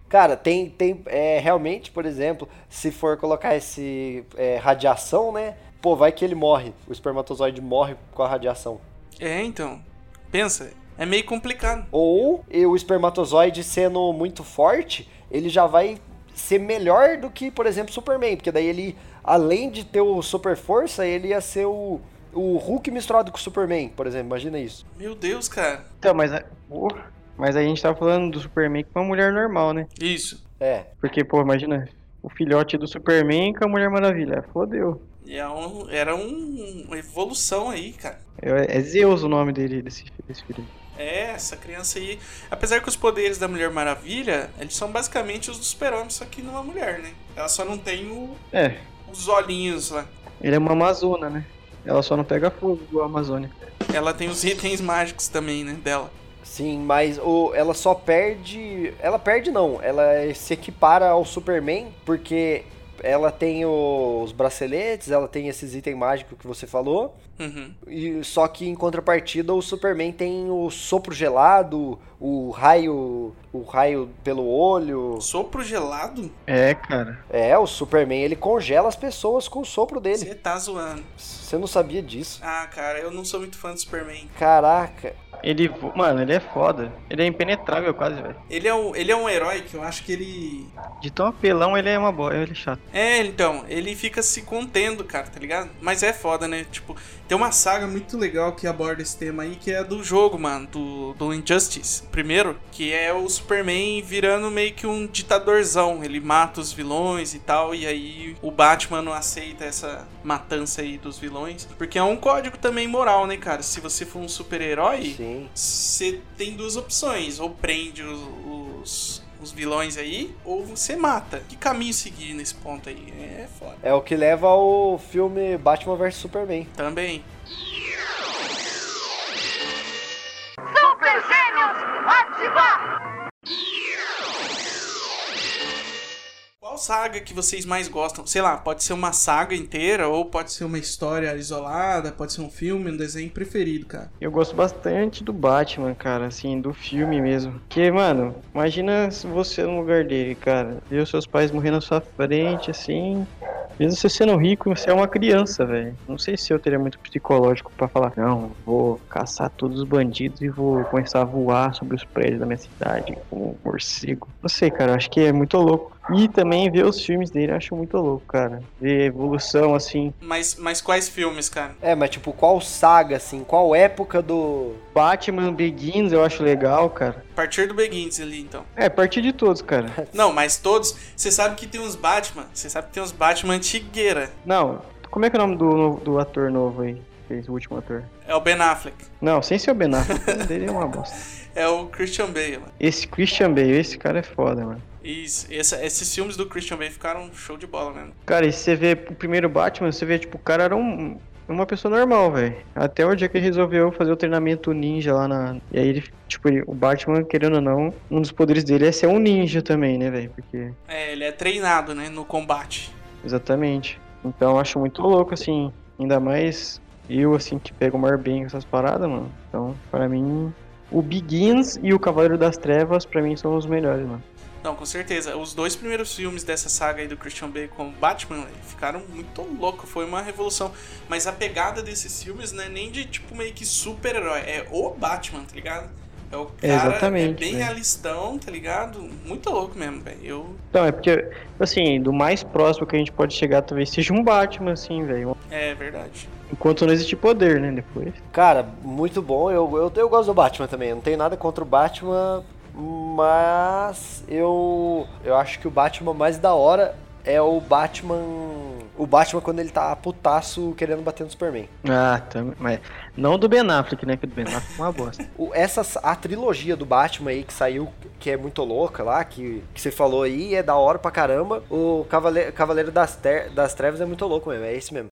Cara, tem, tem é, realmente, por exemplo, se for colocar esse é, radiação, né? Pô, vai que ele morre. O espermatozoide morre com a radiação.
É, então. Pensa, é meio complicado.
Ou e o espermatozoide sendo muito forte, ele já vai ser melhor do que, por exemplo, Superman. Porque daí ele, além de ter o super força, ele ia ser o, o Hulk misturado com o Superman, por exemplo. Imagina isso.
Meu Deus, cara.
Então, mas. a- Pô. Mas aí a gente tá falando do Superman com uma mulher normal, né?
Isso.
É.
Porque, pô, imagina. O filhote do Superman com a Mulher Maravilha. Fodeu.
E é um- era um, uma evolução aí, cara.
É, é Zeus o nome dele, desse, desse filho.
É, essa criança aí. Apesar que os poderes da Mulher Maravilha, eles são basicamente os do super-homem, só que numa mulher, né? Ela só não tem o-
É,
os olhinhos lá.
ele é uma Amazona, né? Ela só não pega fogo igual a Amazônia.
Ela tem os itens mágicos também, né? Dela.
Sim, mas o, ela só perde. Ela perde não, ela se equipara ao Superman, porque ela tem os braceletes, ela tem esses itens mágicos que você falou.
Uhum.
E, só que em contrapartida o Superman tem o sopro gelado, o raio. o raio pelo olho.
Sopro gelado?
É, cara.
É, o Superman ele congela as pessoas com o sopro dele.
Você tá zoando.
Você não sabia disso?
Ah, cara, eu não sou muito fã do Superman.
Caraca,
Ele. vo- Mano, ele é foda. Ele é impenetrável quase, velho.
Ele é, um, ele é um herói que eu acho que ele.
De tão apelão, ele é uma boa, ele é chato.
É, então, ele fica se contendo, cara, tá ligado? Mas é foda, né? Tipo, Tem uma saga muito legal que aborda esse tema aí, que é a do jogo, mano, do, do Injustice. Primeiro, que é o Superman virando meio que um ditadorzão. Ele mata os vilões e tal, e aí o Batman não aceita essa matança aí dos vilões. Porque é um código também moral, né, cara? Se você for um super-herói,
Sim.
você tem duas opções. Ou prende os, os, os vilões aí, ou você mata. Que caminho seguir nesse ponto aí? É foda.
É o que leva ao filme Batman vs Superman.
Também.
Super Gêmeos, ativar!
Qual saga que vocês mais gostam? Sei lá, pode ser uma saga inteira ou pode
Pode
ser.
ser uma história isolada, pode ser um filme, um desenho preferido, cara.
Eu gosto bastante do Batman, cara, assim, do filme mesmo. Porque, mano, imagina se você no lugar dele, cara. Ver os seus pais morrer na sua frente, assim. Mesmo você sendo rico, você é uma criança, velho. Não sei se eu teria muito psicológico pra falar, não, vou caçar todos os bandidos e vou começar a voar sobre os prédios da minha cidade como um morcego. Não sei, cara, eu acho que é muito louco. E também ver os filmes dele, eu acho muito louco, cara. Ver a evolução, assim,
Mas, mas quais filmes, cara?
É, mas tipo, qual saga, assim? Qual época do.
Batman Begins eu acho legal, cara.
A partir do Begins ali, então.
É, a partir de todos, cara.
Não, mas todos. Você sabe que tem uns Batman. Você sabe que tem uns Batman antigueira.
Não, como é que é o nome do, do ator novo aí? que Fez o último ator.
É o Ben Affleck.
Não, sem ser o Ben Affleck, o nome dele é uma bosta.
É o Christian Bale. mano.
Esse Christian Bale, esse cara é foda, mano.
Isso. essa- esses filmes do Christian Bale ficaram show de bola mesmo.
Cara, e você vê o primeiro Batman, você vê, tipo, o cara era um, uma pessoa normal, velho. Até o dia que ele resolveu fazer o treinamento ninja lá na. E aí ele, tipo, ele- o Batman, querendo ou não, um dos poderes dele é ser um ninja também, né, velho? Porque.
É, ele é treinado, né? No combate.
Exatamente. Então eu acho muito louco, assim. Ainda mais eu, assim, que pego o maior bem com essas paradas, mano. Então, pra mim, o Begins e o Cavaleiro das Trevas, pra mim, são os melhores, mano.
Não, com certeza. Os dois primeiros filmes dessa saga aí do Christian Bale com Batman velho, ficaram muito loucos. Foi uma revolução. Mas a pegada desses filmes não é nem de tipo meio que super-herói. É o Batman, tá ligado? É o cara
exatamente,
é bem
né?
realistão, tá ligado? Muito louco mesmo, velho. Eu.
Então, é porque, assim, do mais próximo que a gente pode chegar, talvez seja um Batman, assim, velho.
É verdade.
Enquanto não existe poder, né, depois.
Cara, muito bom. Eu, eu, eu gosto do Batman também. Eu não tenho nada contra o Batman, mas eu. Eu acho que o Batman mais da hora é o Batman. O Batman quando ele tá putaço querendo bater no Superman.
Ah, tá, mas não do Ben Affleck, né, que o Ben Affleck é uma bosta.
O- essa, a trilogia do Batman aí que saiu, que é muito louca lá, que, que você falou aí, é da hora pra caramba. O Cavale- Cavaleiro das, Ter- das Trevas é muito louco mesmo, é esse mesmo.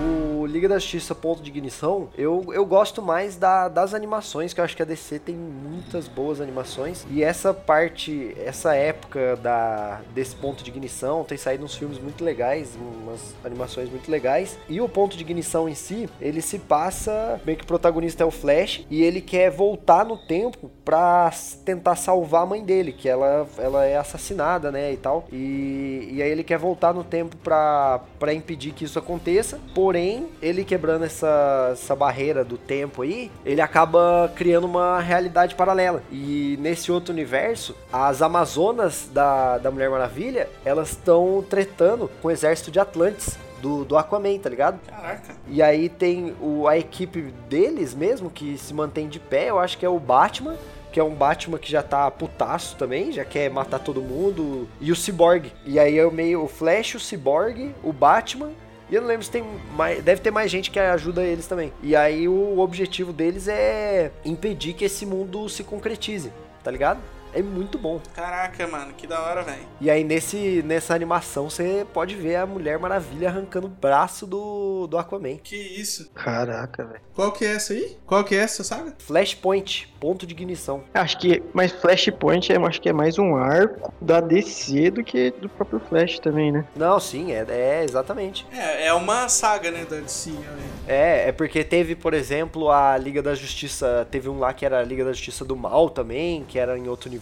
O Liga da Justiça Ponto de Ignição, eu, eu gosto mais da- das animações, que eu acho que a DC tem muitas boas animações. E essa parte, essa época da, desse Ponto de Ignição, tem saído uns filmes muito legais, umas animações muito legais. E o Ponto de Ignição em si, ele se passa, meio que o protagonista é o Flash, e ele quer voltar no tempo pra s- tentar salvar a mãe dele, que ela, ela é assassinada, né, e tal. E, e aí ele quer voltar no tempo pra, pra impedir que isso aconteça. Porém, ele quebrando essa, essa barreira do tempo aí, ele acaba criando uma realidade paralela. E nesse outro universo, as Amazonas da, da Mulher Maravilha, elas estão tretando com o exército de Atlantes. Do, do Aquaman, tá ligado?
Caraca.
E aí tem o, a equipe deles mesmo, que se mantém de pé, eu acho que é o Batman, que é um Batman que já tá putaço também, já quer matar todo mundo, e o Cyborg. E aí é o meio o Flash, o Cyborg, o Batman. E eu não lembro se tem mais. Deve ter mais gente que ajuda eles também. E aí o objetivo deles é impedir que esse mundo se concretize, tá ligado? É muito bom.
Caraca, mano, que da hora, velho.
E aí nesse, nessa animação você pode ver a Mulher Maravilha arrancando o braço do, do Aquaman.
Que isso?
Caraca, velho.
Qual que é essa aí? Qual que é essa saga?
Flashpoint. ponto de ignição.
Acho que. Mas Flashpoint é, acho que é mais um arco da DC do que do próprio Flash também, né?
Não, sim, é, é exatamente.
É, é uma saga, né, da DC. né?
É, é porque teve, por exemplo, a Liga da Justiça. Teve um lá que era a Liga da Justiça do Mal também, que era em outro universo.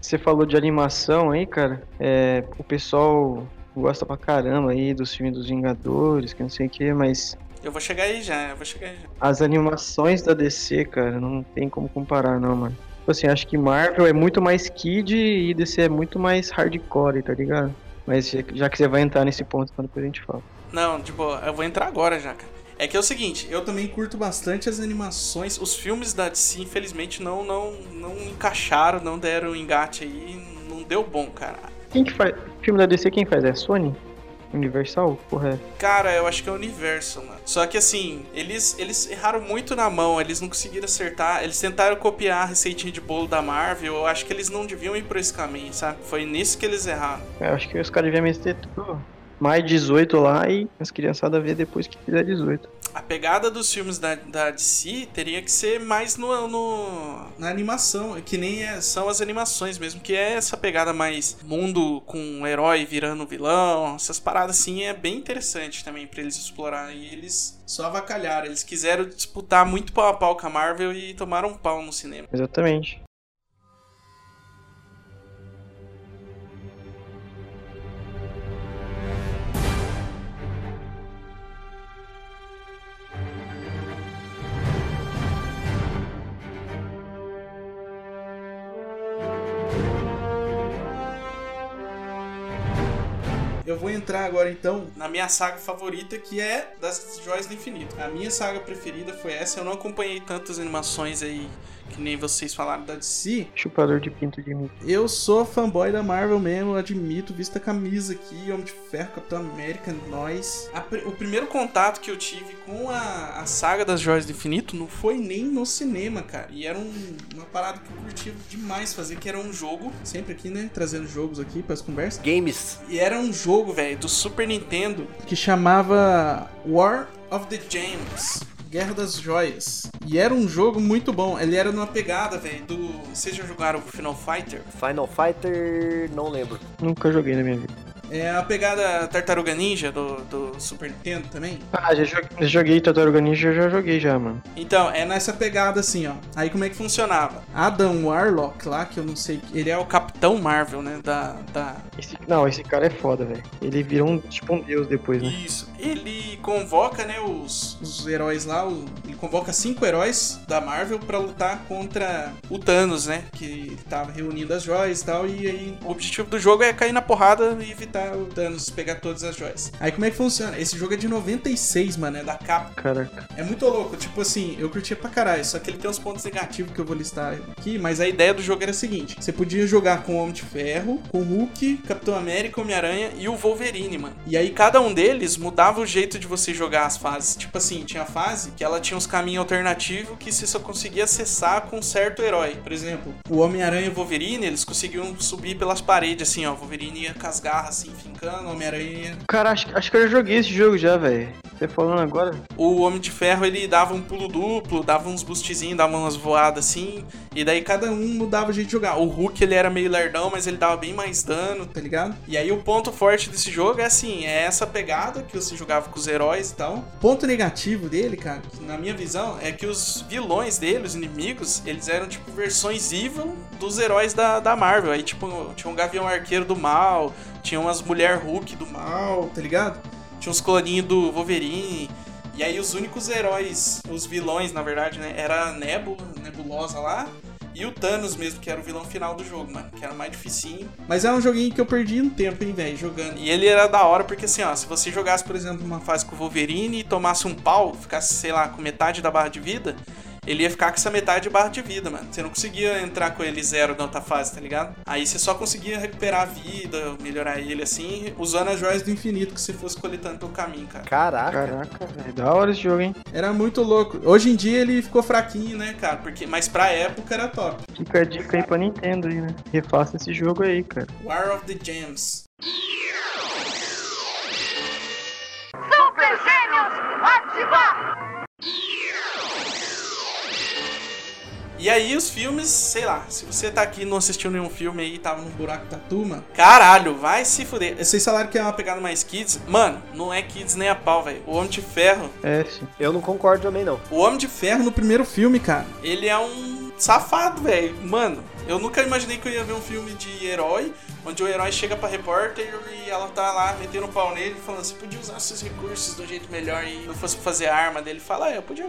Você falou de animação aí, cara. É, o pessoal gosta pra caramba aí dos filmes dos Vingadores, que não sei o que, mas
Eu vou chegar aí já, eu vou chegar aí já.
as animações da DC, cara, não tem como comparar não, mano. Tipo assim, acho que Marvel é muito mais kid e DC é muito mais hardcore, tá ligado? Mas já- já que você vai entrar nesse ponto, quando depois a gente fala.
Não, de boa, eu vou entrar agora já, cara. É que é o seguinte, eu também curto bastante as animações. Os filmes da DC, infelizmente, não, não, não encaixaram, não deram engate aí, não deu bom, cara.
Quem que faz... Filme da DC quem faz? É a Sony? Universal? Porra, é.
Cara, eu acho que é o universo, mano. Só que assim, eles, eles erraram muito na mão, eles não conseguiram acertar. Eles tentaram copiar a receitinha de bolo da Marvel. Eu acho que eles não deviam ir por esse caminho, sabe? Foi nisso que eles erraram.
Eu acho que os caras deviam meter tudo. Mais 18 lá e as criançadas vê depois que fizer 18.
A pegada dos filmes da, da DC teria que ser mais no, no- na animação, que nem é- são as animações mesmo, que é essa pegada mais mundo com um herói virando vilão, essas paradas assim é bem interessante também pra eles explorar. E eles só avacalharam, eles quiseram disputar muito pau a pau com a Marvel e tomaram um pau no cinema.
Exatamente.
Eu vou entrar agora então.
Na minha saga favorita, que é das Joias do Infinito. A minha saga preferida foi essa. Eu não acompanhei tantas animações aí que nem vocês falaram da DC.
Se
Chupador de pinto de mim.
eu sou fanboy da Marvel mesmo, eu admito, visto a camisa aqui, Homem de Ferro, Capitão América, nós.
A pri- o primeiro contato que eu tive com a, a saga das Joias do Infinito não foi nem no cinema, cara. E era um- uma parada que eu curtia demais fazer, que era um jogo.
Sempre aqui, né? Trazendo jogos aqui para as conversas.
Games.
E era um jogo, velho, do Super Nintendo.
Que chamava War
Of the Gems.
Guerra das Joias. E era um jogo muito bom. Ele era numa pegada.
Pegada, velho, do... Vocês já jogaram Final Fighter?
Final Fighter. Não lembro.
Nunca joguei na minha vida.
É a pegada Tartaruga Ninja do, do Super Nintendo também.
Ah, já joguei, já joguei Tataruga Ninja, já joguei já, mano.
Então, é
É
na...
nessa pegada assim, ó.
Aí como é que funcionava?
Adam Warlock lá, que eu não sei. que-
Ele é o Capitão Marvel, né, da... da...
Esse, não, esse cara é foda, velho. Ele virou um, tipo um deus depois, né?
Isso. Ele convoca, né, os,
Os heróis lá, o-
Ele convoca cinco heróis da Marvel pra lutar contra o Thanos, né?
que tava reunindo as joias e tal, e aí.
O objetivo do jogo é cair na porrada e evitar o
O Thanos pegar todas as joias. Aí como é que funciona? Esse jogo é de 96, mano, é da capa.
Caraca.
É muito louco, tipo assim, eu curtia pra caralho, só que ele tem uns pontos negativos que eu vou listar aqui, mas a ideia do jogo era a seguinte: você podia jogar com o Homem de Ferro, com o Hulk, Capitão América, Homem-Aranha
e o Wolverine, mano. E aí cada um deles mudava o jeito de você jogar as fases. Tipo assim, tinha a fase que ela tinha uns caminhos alternativos que você só conseguia acessar com um certo herói. Por exemplo, o Homem-Aranha e o Wolverine, eles conseguiam subir pelas paredes, assim, ó. O Wolverine ia com as garras, assim, fincando, o Homem-Aranha ia
Cara, acho, acho que eu já joguei esse jogo já, velho. Você falando agora?
O Homem de Ferro ele dava um pulo duplo, dava uns boostzinhos, dava umas voadas assim, e daí cada um mudava o jeito de jogar. O Hulk ele era meio lerdão, mas ele dava bem mais dano, tá ligado? E aí o ponto forte desse jogo é assim, é essa pegada que você jogava com os heróis e tal.
Ponto negativo dele, cara, que
Na minha visão, é que os vilões dele, os inimigos, eles eram tipo versões evil dos heróis da, da Marvel. Aí, tipo, tinha um Gavião Arqueiro do Mal, tinha umas mulher Hulk do Mal.
mal, tá ligado?
Tinha uns cloninhos do Wolverine. E aí os únicos heróis, os vilões, na verdade, né? Era a Nebula, Nebulosa lá. E o Thanos mesmo, que era o vilão final do jogo, mano. Que era o mais dificinho.
Mas era um joguinho que eu perdi um tempo, hein, velho, jogando.
Jogando. E ele era da hora, porque assim, ó, se você jogasse, por exemplo, uma fase com o Wolverine e tomasse um pau, ficasse, sei lá, com metade da barra de vida, ele ia ficar com essa metade de barra de vida, mano. Você não conseguia entrar com ele zero na outra fase, tá ligado? Aí você só conseguia recuperar a vida, melhorar ele assim, usando as joias do infinito que você fosse coletando pelo caminho, cara.
Caraca.
Caraca, velho. É Da hora esse jogo, hein?
Era muito louco. Hoje em dia ele ficou fraquinho, né?
né, cara? Porque, mas pra época era top.
Fica a dica aí pra Nintendo aí, né? Refaça esse jogo aí, cara.
War of the Gems.
Super Gêmeos, ativar!
E aí os filmes, sei lá, se você tá aqui e não assistiu nenhum filme aí e tava num buraco da turma, caralho, vai se fuder. Vocês falaram que é uma pegada mais kids. Mano, não é kids nem a pau, velho. O Homem de Ferro.
É, sim.
Eu não concordo também, não.
O Homem de
Ferro
Ferro,
no primeiro filme, cara.
ele é um safado, velho. Mano, eu nunca imaginei que eu ia ver um filme de herói, onde o herói chega pra repórter e ela tá lá metendo o pau nele, falando assim: podia usar seus recursos do jeito melhor e não fosse fazer arma dele. Fala, ah, eu podia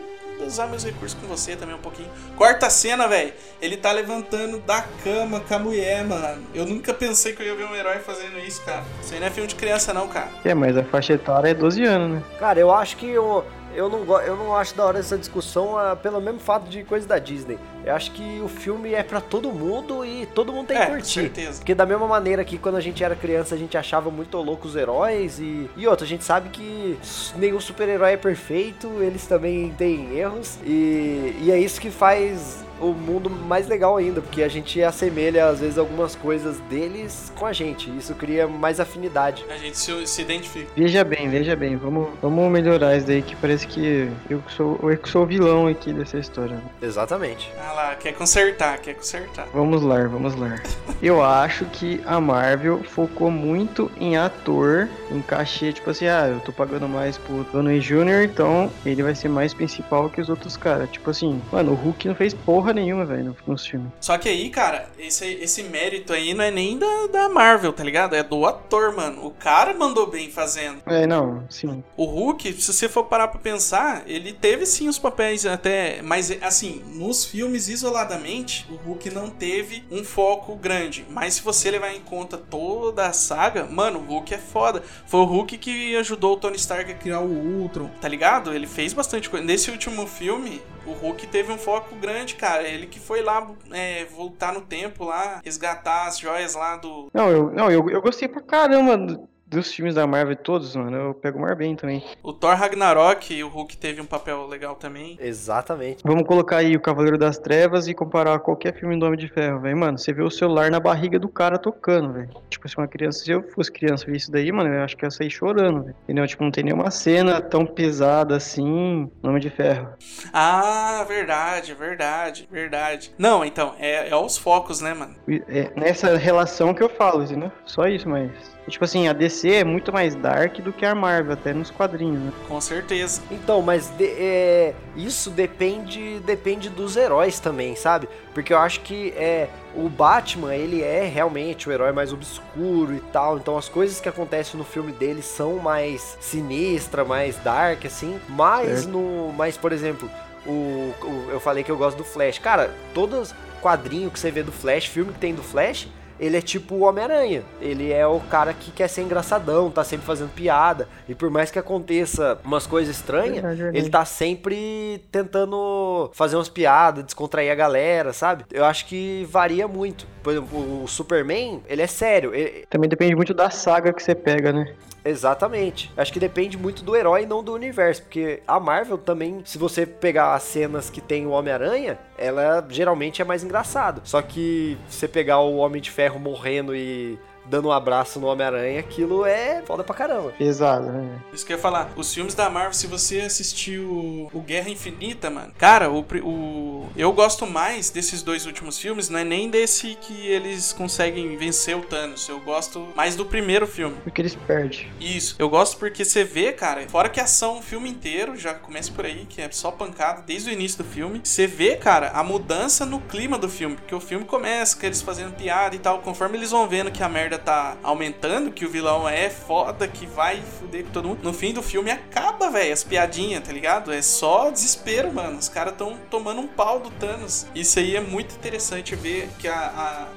usar meus recursos com você também um pouquinho. Quarta cena, velho. Ele tá levantando da cama com a mulher, mano. Eu nunca pensei que eu ia ver um herói fazendo isso, cara. Isso aí não é filme de criança, não, cara.
É, mas a faixa etária é 12 anos, né?
Cara, eu acho que eu, eu, não, go- eu não acho da hora essa discussão ah, pelo mesmo fato de coisa da Disney. Eu acho que o filme é pra todo mundo e todo mundo tem
é,
que
com
curtir.
certeza.
Porque da mesma maneira que quando a gente era criança a gente achava muito louco os heróis e, e outra, a gente sabe que nenhum super-herói é perfeito, eles também têm erros e, e é isso que faz o mundo mais legal ainda, porque a gente assemelha às vezes algumas coisas deles com a gente, e isso cria mais afinidade.
A gente se, se identifica.
Veja bem, veja bem, vamos, vamos melhorar isso daí que parece que eu que sou, eu que sou o vilão aqui dessa história. né?
Exatamente.
Ah lá, quer consertar, quer consertar.
Vamos lá, vamos lá. Eu acho que a Marvel focou muito em ator, em cachê, tipo assim, ah, eu tô pagando mais pro Downey Jr., então ele vai ser mais principal que os outros caras. Tipo assim, mano, o Hulk não fez porra nenhuma, velho, no- nos filmes.
Só que aí, cara, esse, esse mérito aí não é nem da, da Marvel, tá ligado? É do ator, mano. O cara mandou bem fazendo.
É, não, sim.
O Hulk, se você for parar pra pensar, ele teve sim os papéis até. Mas, assim, nos filmes isoladamente, o Hulk não teve um foco grande. Mas se você levar em conta toda a saga, mano, o Hulk é foda. Foi o Hulk que ajudou o Tony Stark a
Criar o Ultron.
tá ligado? Ele fez bastante coisa. Nesse último filme, o Hulk teve um foco grande, cara. Ele que foi lá é, voltar no tempo lá, resgatar as joias lá do.
Não, eu, não, eu, eu gostei pra caramba do- dos filmes da Marvel todos, mano. Eu pego o mar bem também.
O Thor Ragnarok, o Hulk teve um papel legal também.
Exatamente.
Vamos colocar aí o Cavaleiro das Trevas e comparar a qualquer filme do Homem de Ferro, velho. Mano, você vê o celular na barriga do cara tocando, velho. Tipo, se uma criança, se eu fosse criança e visse isso daí, mano, eu acho que eu ia sair chorando, velho. Entendeu? Tipo, não tem nenhuma cena tão pesada assim no Homem de Ferro.
Ah, verdade, verdade, verdade. Não, então, é, é os focos, né, mano?
E é nessa relação que eu falo, entendeu? Só isso, mas. e, Tipo assim, a DC é muito mais dark do que a Marvel, até nos quadrinhos, né?
Com certeza.
Então, mas de- é, isso depende depende dos heróis também, sabe? Porque eu acho que é, o Batman, ele é realmente o herói mais obscuro e tal. Então as coisas que acontecem no filme dele são mais sinistra, mais dark, assim. Mas no. Mas, por exemplo, o, o- eu falei que eu gosto do Flash. Cara, todos quadrinho que você vê do Flash, filme que tem do Flash. Ele é tipo o Homem-Aranha. Ele é o cara que quer ser engraçadão, tá sempre fazendo piada. E por mais que aconteça umas coisas estranhas,
Verdade, verdade.
ele tá sempre tentando fazer umas piadas, descontrair a galera, sabe? Eu acho que varia muito. Por exemplo, o Superman, ele é sério. e-
Também depende muito da saga que você pega, né?
exatamente. Acho que depende muito do herói e não do universo. Porque a Marvel também, se você pegar as cenas que tem o Homem-Aranha, ela geralmente é mais engraçado. Só que você pegar o Homem de Ferro morrendo e dando um abraço no Homem-Aranha, aquilo é foda pra caramba.
Pesada, né?
Isso que eu ia falar. Os filmes da Marvel, se você assistiu o Guerra Infinita, mano. Cara, o, pri- o. Eu gosto mais desses dois últimos filmes, não é nem desse que eles conseguem vencer o Thanos. Eu gosto mais do primeiro filme.
Porque eles perdem.
Isso. Eu gosto porque você vê, cara, fora que ação o filme inteiro, já começa por aí, que é só pancada desde o início do filme. Você vê, cara, a mudança no clima do filme. Porque o filme começa com eles fazendo piada e tal. Conforme eles vão vendo que a merda tá aumentando, que o vilão é foda, que vai fuder com todo mundo. No fim do filme acaba, velho, as piadinhas, tá ligado? É só desespero, mano. Os caras tão tomando um pau do Thanos. Isso aí é muito interessante ver que a,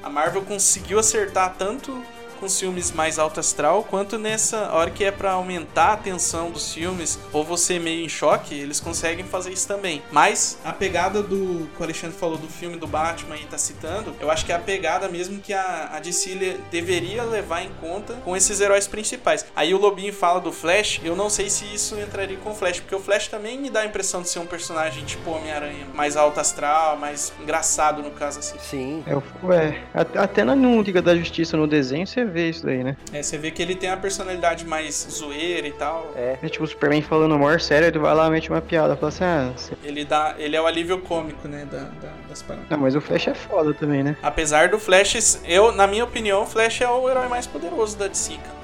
a, a Marvel conseguiu acertar tanto com os filmes mais alto astral, quanto nessa hora que é pra aumentar a tensão dos filmes, ou você meio em choque, eles conseguem fazer isso também. Mas a pegada do que o Alexandre falou do filme do Batman e tá citando, eu acho que é a pegada mesmo que a, a DC le- deveria levar em conta com esses heróis principais. Aí o Lobinho fala do Flash, eu não sei se isso entraria com o Flash, porque o Flash também me dá a impressão de ser um personagem tipo Homem-Aranha, mais alto astral, mais engraçado no caso assim.
Sim.
É, o- ué, at- até na no Liga da Justiça, no desenho, você vê isso daí, né?
É, você vê que ele tem a personalidade mais zoeira e tal.
É.
É tipo o Superman falando o maior sério, ele vai lá mete uma piada, fala assim, ah, você-
Ele dá. Ele é o alívio cômico, né? Da, da- das paradas.
não, mas o Flash é foda também, né?
Apesar do Flash, eu, na minha opinião, o Flash é o herói mais poderoso da DC, cara.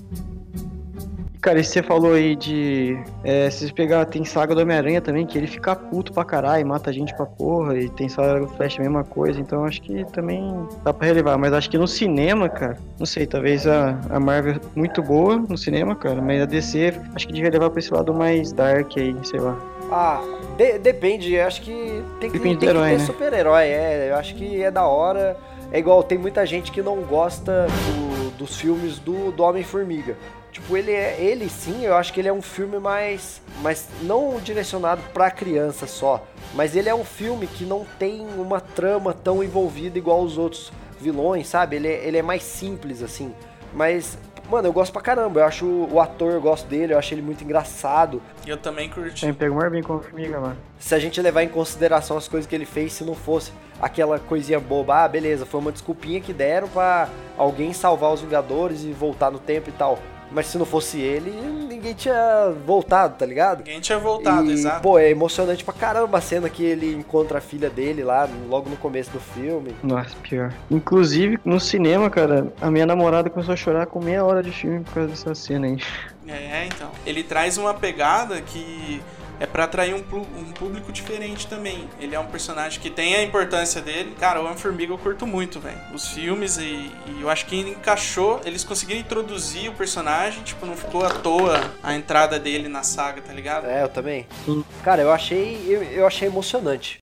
E, Cara, isso que você falou aí de. É, se você pegar, tem saga do Homem-Aranha também, que ele fica puto pra caralho, mata gente pra porra, e tem saga do Flash a mesma coisa, então acho que também dá pra relevar. Mas acho que no cinema, cara, não sei, talvez a, a Marvel é muito boa no cinema, cara, mas a DC acho que devia levar pra esse lado mais dark aí, sei lá.
Ah, de- depende, eu acho que tem que,
Depende
tem
do
que
herói,
ter
né?
super-herói, é, eu acho que é da hora. É igual, tem muita gente que não gosta do- dos filmes do, do Homem-Formiga. Tipo, ele é, ele sim, eu acho que ele é um filme mais, mas não direcionado pra criança só, mas ele é um filme que não tem uma trama tão envolvida igual os outros vilões, sabe? Ele, é- ele é mais simples assim. Mas, mano, eu gosto pra caramba. Eu acho o ator, eu gosto dele, eu acho ele muito engraçado.
Eu também curti.
Tem pega o maior bem com a formiga, mano.
Se a gente levar em consideração as coisas que ele fez, se não fosse aquela coisinha boba, ah, beleza, foi uma desculpinha que deram pra alguém salvar os Vingadores e voltar no tempo e tal. Mas se não fosse ele, ninguém tinha voltado, tá ligado?
Ninguém tinha é voltado,
e,
exato.
Pô, é emocionante pra caramba a cena que ele encontra a filha dele lá, logo no começo do filme.
Nossa, pior. Inclusive, no cinema, cara, a minha namorada começou a chorar com meia hora de filme por causa dessa cena aí.
É, então. Ele traz uma pegada que é pra atrair um, plu- um público diferente também. Ele é um personagem que tem a importância dele. Cara, o Homem-Formiga eu curto muito, velho. Os filmes e, e eu acho que encaixou. Eles conseguiram introduzir o personagem, tipo, não ficou à toa a entrada dele na saga, tá ligado?
É, eu também.
Sim.
Cara, eu achei, eu, eu achei emocionante.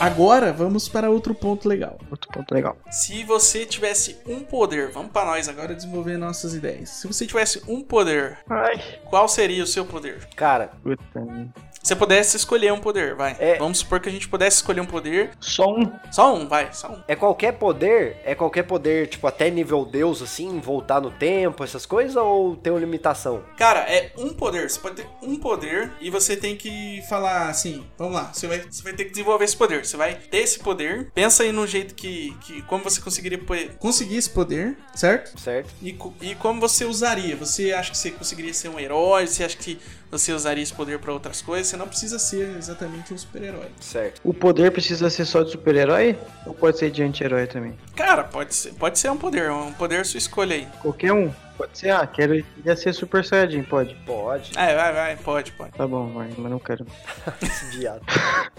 Agora vamos para outro ponto legal.
Outro ponto legal.
Se você tivesse um poder, vamos pra nós agora.
Agora desenvolver nossas ideias.
Se você tivesse um poder,
Ai,
qual seria o seu poder?
Cara,
puta. né? merda.
Se você pudesse escolher um poder, vai.
É.
Vamos supor que a gente pudesse escolher um poder.
Só um
Só um, vai, só um.
É qualquer poder? É qualquer poder, tipo, até nível Deus, assim, voltar no tempo, essas coisas, ou tem uma limitação?
Cara, é um poder. Você pode ter um poder e você tem que.
E falar assim, vamos lá, você vai.
Você vai ter que desenvolver esse poder. Você vai ter esse poder. Pensa aí no jeito que. que como você conseguiria. poder-
Conseguir esse poder, certo?
Certo?
E, co- e como você usaria? Você acha que você conseguiria ser um herói? Você acha que você usaria esse poder pra outras coisas? Você não precisa
Precisa ser exatamente um super-herói.
Certo.
O poder precisa ser só de super-herói ou pode ser de anti-herói também?
Cara, pode ser, pode ser um poder, um poder sua escolha aí.
Qualquer um. Pode ser, ah, quero queria ser Super Saiyajin, pode.
Pode.
Ah, vai, vai, pode, pode.
Tá bom, vai, mas não quero.
Esse viado.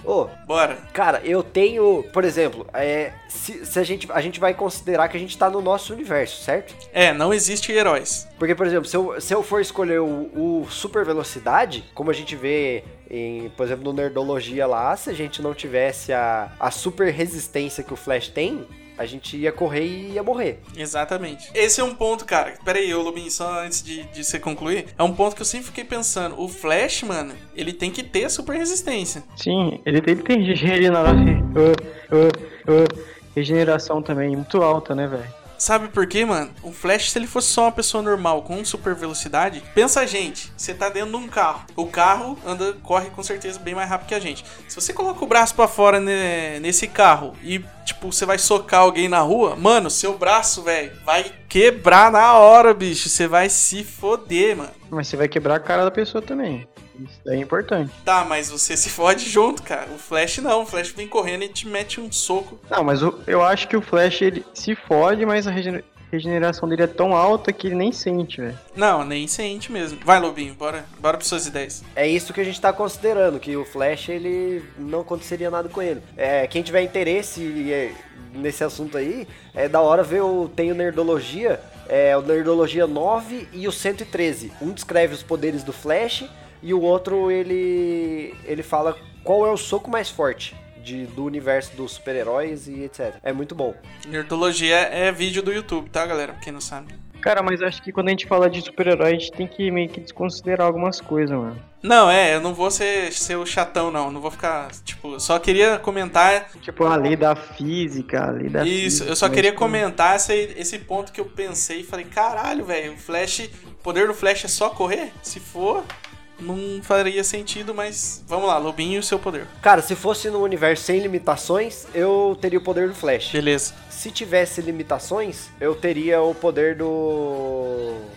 Ô,
Bora.
cara, eu tenho, por exemplo, é, se, se a, gente, a gente vai considerar que a gente tá no nosso universo, certo?
É, não existe heróis.
Porque, por exemplo, se eu, se eu for escolher o, o super velocidade, como a gente vê em, por exemplo, no Nerdologia lá, se a gente não tivesse a, a super resistência que o Flash tem, a gente ia correr e ia morrer.
Exatamente. Esse é um ponto, cara. Pera aí, ô Lubin, só antes de, de você concluir. É um ponto que eu sempre fiquei pensando. O Flash, mano, ele tem que ter super resistência.
Sim, ele tem, tem regeneração, regeneração também, muito alta, né, velho?
Sabe por quê, mano? O Flash, se ele fosse só uma pessoa normal com super velocidade, pensa a gente, você tá dentro de um carro. O carro anda, corre com certeza bem mais rápido que a gente. Se você coloca o braço pra fora né, nesse carro e, tipo, você vai socar alguém na rua, mano, seu braço, velho, vai quebrar na hora, bicho. Você vai se foder, mano.
Mas você vai quebrar a cara da pessoa também. Isso daí é importante.
Tá, mas você se fode junto, cara. O Flash não. O Flash vem correndo e te mete um soco.
Não, mas o- eu acho que o Flash ele se fode, mas a regener- regeneração dele é tão alta que ele nem sente, velho.
Não, nem sente mesmo. Vai, Lobinho, bora, bora pras suas ideias.
É isso que a gente tá considerando, que o Flash, ele não aconteceria nada com ele. É, quem tiver interesse é, nesse assunto aí, é da hora ver o Tem o Nerdologia, é, o Nerdologia 9 e o 113. Um descreve os poderes do Flash e o outro ele ele fala qual é o soco mais forte de, do universo dos super-heróis e etc. É muito bom.
Nerdologia é vídeo do YouTube, tá, galera? Pra Quem não sabe.
Cara, mas acho que quando a gente fala de super-herói, a gente tem que meio que desconsiderar algumas coisas, mano.
Não, é, eu não vou ser, ser o chatão, não. Não vou ficar, tipo, eu só queria comentar.
Tipo, a lei da física, a
Tá
lei da
Isso,
física,
eu
né?
só
mas
queria
como-
comentar esse, esse ponto que eu pensei e falei, caralho, velho, o Flash. O poder do Flash é só correr? Se for, não faria sentido, mas vamos lá, Lobinho e o seu poder.
Cara, se fosse num universo sem limitações, eu teria o poder do Flash.
Beleza.
Se tivesse limitações, eu teria o poder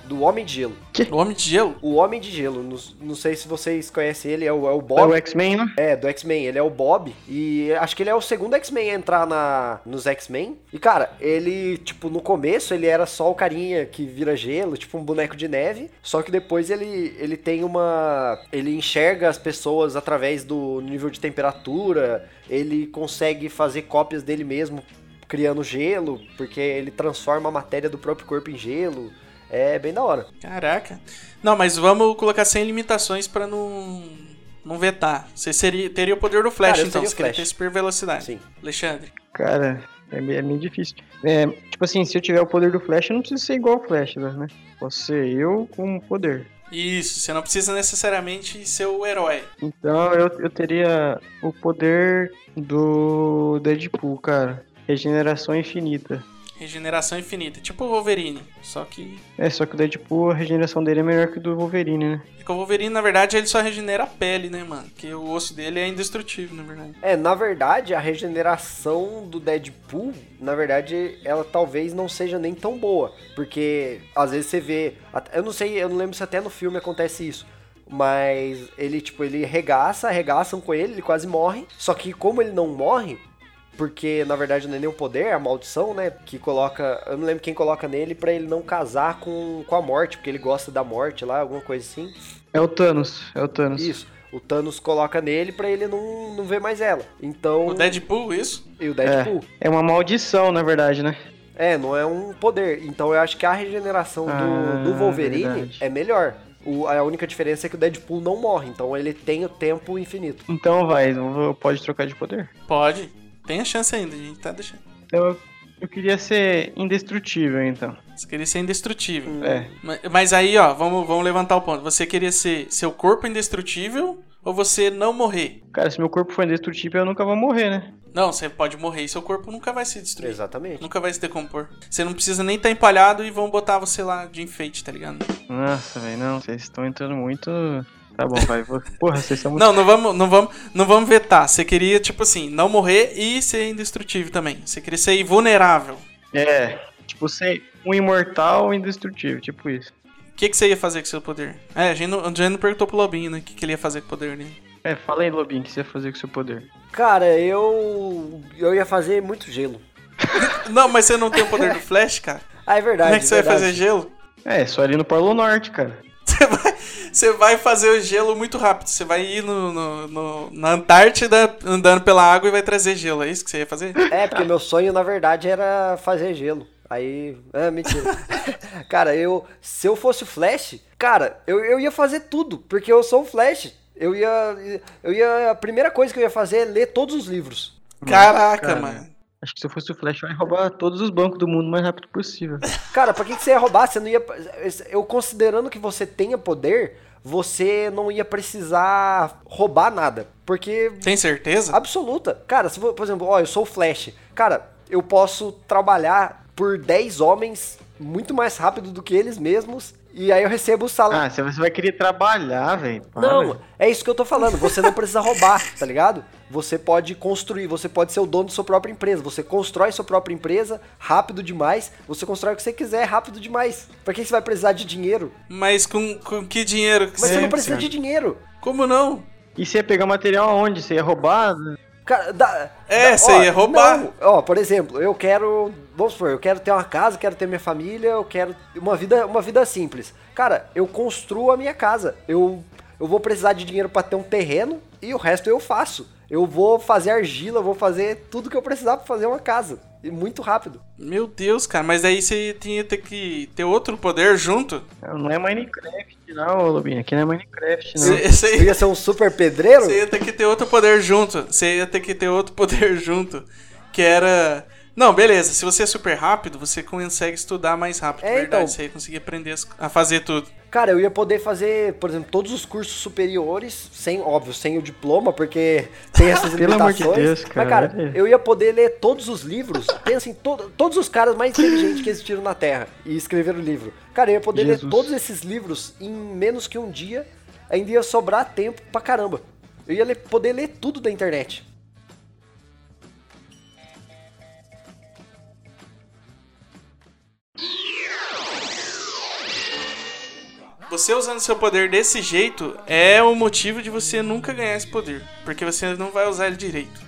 do. do Homem de Gelo.
O Homem de Gelo?
O Homem de Gelo, não, não sei se vocês conhecem ele, é o, é o
É o
Bob.
X-Men, né?
É, do X-Men, ele é o Bob. E acho que ele é o segundo X-Men a entrar na, nos X-Men. E, cara, ele, tipo, no começo ele era só o carinha que vira gelo, tipo um boneco de neve. Só que depois ele, ele tem uma. Ele enxerga as pessoas através do nível de temperatura. Ele consegue fazer cópias dele mesmo criando gelo, porque ele transforma a matéria do próprio corpo em gelo. É bem da hora.
Caraca. Não, mas vamos colocar sem limitações pra não. não vetar. Você seria, teria o poder do Flash,
Cara, eu
então.
teria o
Você queria
Flash.
ter super velocidade.
Sim.
Alexandre.
Cara, é meio, é meio difícil. É, tipo assim, se eu tiver o poder do Flash, eu não preciso ser igual ao Flash, né? Posso ser eu com o poder.
Isso, você não precisa necessariamente ser o herói.
Então eu, eu teria o poder do Deadpool, cara. Regeneração infinita.
Regeneração infinita. Tipo o Wolverine. Só que.
É, só que o Deadpool, a regeneração dele é melhor que do Wolverine, né?
Porque é o Wolverine, na verdade, ele só regenera a pele, né, mano? Porque o osso dele é indestrutível, na verdade.
É, na verdade, a regeneração do Deadpool, na verdade, ela talvez não seja nem tão boa. Porque às vezes você vê. at- Eu não sei, eu não lembro se até no filme acontece isso. Mas ele, tipo, ele regaça, arregaçam com ele, ele quase morre. Só que como ele não morre, porque na verdade não é nem o poder, é a maldição, né? Que coloca. Eu não lembro quem coloca nele pra ele não casar com, com a morte, porque ele gosta da morte lá, alguma coisa assim.
É o Thanos, é o Thanos.
Isso. O Thanos coloca nele pra ele não, não ver mais ela. Então.
O Deadpool, isso?
E o Deadpool.
É uma maldição, na verdade, né?
É. não é um poder. Então eu acho que a regeneração do,
Ah,
do Wolverine
verdade.
é melhor. O- a única diferença é que o Deadpool não morre, então ele tem o tempo infinito.
Então vai, não vou- pode trocar de poder.
Pode. Tem a chance ainda, a gente tá deixando.
Então eu, eu queria ser indestrutível, então.
Você queria ser indestrutível.
É.
Ma- Mas aí, ó, vamos, vamos levantar o ponto. Você queria ser seu corpo indestrutível ou você não morrer?
Cara, se meu corpo for indestrutível, eu nunca vou morrer, né?
Não, você pode morrer e seu corpo nunca vai se destruir.
Exatamente.
Nunca vai se decompor. Você não precisa nem estar empalhado e vão botar você lá de enfeite, tá ligado?
Nossa, velho, não. Vocês estão entrando muito. Tá bom, vai. vou- Porra, vocês são muito.
Não, não vamos, não vamos, não vamos vetar. Você queria, tipo assim, não morrer e ser indestrutível também. Você queria ser invulnerável.
É. Tipo, ser um imortal um indestrutível, tipo isso.
O que, que você ia fazer com seu poder? É, a gente não, a gente não perguntou pro Lobinho, né? O que, que ele ia fazer com o poder dele.
É, fala aí, Lobinho, o que você ia fazer com o seu poder?
Cara, eu. Eu ia fazer muito gelo.
Não, mas você não tem o poder do Flash, cara?
Ah, é verdade.
Como é que você vai
verdade.
fazer gelo?
É, só ali no Polo Norte, cara.
Você vai, você vai fazer o gelo muito rápido. Você vai ir no, no- no- na Antártida andando pela água e vai trazer gelo. É isso que você ia fazer?
É, porque meu sonho, na verdade, era fazer gelo. Aí. Ah, mentira. cara, eu. Se eu fosse o Flash, cara, eu, eu ia fazer tudo, porque eu sou o Flash. Eu ia. Eu ia. A primeira coisa que eu ia fazer é ler todos os livros.
Caraca,
cara.
mano.
Acho que se eu fosse o Flash, eu ia roubar todos os bancos do mundo o mais rápido possível.
Cara, pra que, que você ia roubar? Você não ia. Eu considerando que você tenha poder, você não ia precisar roubar nada. Porque
Tem certeza?
Absoluta. Cara, se, for- por exemplo, ó, eu sou o Flash. Cara, eu posso trabalhar por 10 homens muito mais rápido do que eles mesmos. E aí eu recebo o salário.
Ah, você vai- você vai querer trabalhar, velho. Para.
não, é isso que eu tô falando. Você não precisa roubar, tá ligado? Você pode construir, você pode ser o dono da sua própria empresa. Você constrói sua própria empresa rápido demais. Você constrói o que você quiser rápido demais. Pra que você vai precisar de dinheiro?
Mas com, com que dinheiro que
Mas você
você
não precisa de dinheiro.
Como não?
E você ia pegar material aonde? Você ia roubar?
Cara, dá,
É,
dá-
você
ó,
ia roubar.
não, ó, por exemplo, eu quero, vamos supor, eu quero ter uma casa, quero ter minha família, eu quero uma vida, uma vida simples. Cara, eu construo a minha casa. Eu eu vou precisar de dinheiro pra ter um terreno e o resto eu faço. Eu vou fazer argila, eu vou fazer tudo que eu precisar pra fazer uma casa. E muito rápido.
Meu Deus, cara, mas aí você tinha ter que ter outro poder junto?
Não, não é Minecraft, não, Lobinho. Aqui não é Minecraft, não.
Você,
Eu
você,
ia ser um super pedreiro?
você ia ter que ter outro poder junto. Você ia ter que ter outro poder junto. Que era Não, beleza. Se você é super rápido, você consegue estudar mais rápido.
É,
verdade,
então.
você consegue aprender as- a fazer tudo.
Cara, eu ia poder fazer, por exemplo, todos os cursos superiores, sem, óbvio, sem o diploma, porque tem essas
Pelo amor
limitações.
de Deus, cara.
Mas, cara, eu ia poder ler todos os livros, pensa em todo- todos os caras mais inteligentes que existiram na Terra e escrever o livro. Cara, eu ia poder ler
Jesus.
todos esses livros em menos que um dia, ainda ia sobrar tempo pra caramba. Eu ia ler- poder ler tudo da internet.
Você usando seu poder desse jeito é o motivo de você nunca ganhar esse poder. Porque você não vai usar ele direito.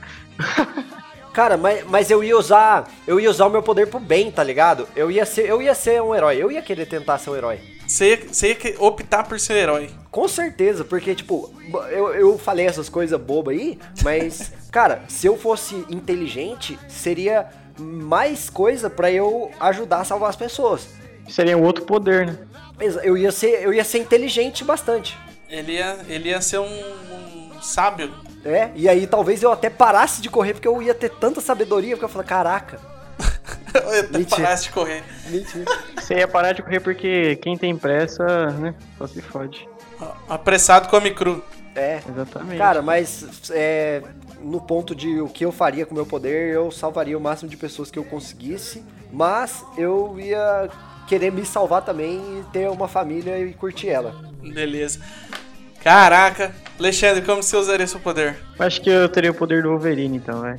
Cara, mas, mas eu ia usar. Eu ia usar o meu poder pro bem, tá ligado? Eu ia ser, eu ia ser um herói. Eu ia querer tentar ser um herói.
Você ia, você ia que- optar por ser herói.
Com certeza, porque, tipo, eu, eu falei essas coisas bobas aí, mas, cara, se eu fosse inteligente, seria mais coisa pra eu ajudar a salvar as pessoas.
Seria um outro poder, né?
Exa- Eu ia ser, eu ia ser inteligente bastante.
Ele ia, ele ia ser um, um sábio.
É, e aí talvez eu até parasse de correr, porque eu ia ter tanta sabedoria, porque eu falei, caraca,
Eu até
Mentira.
parasse de correr.
mentira.
Você ia parar de correr porque quem tem pressa, né? Só se fode.
Ó, Apressado come cru.
É.
Exatamente.
Cara, mas é, no ponto de o que eu faria com o meu poder, eu salvaria o máximo de pessoas que eu conseguisse, mas eu ia querer me salvar também e ter uma família e curtir ela.
Beleza. Caraca. Alexandre, como você usaria seu poder?
Acho que eu teria o poder do Wolverine, então, vai.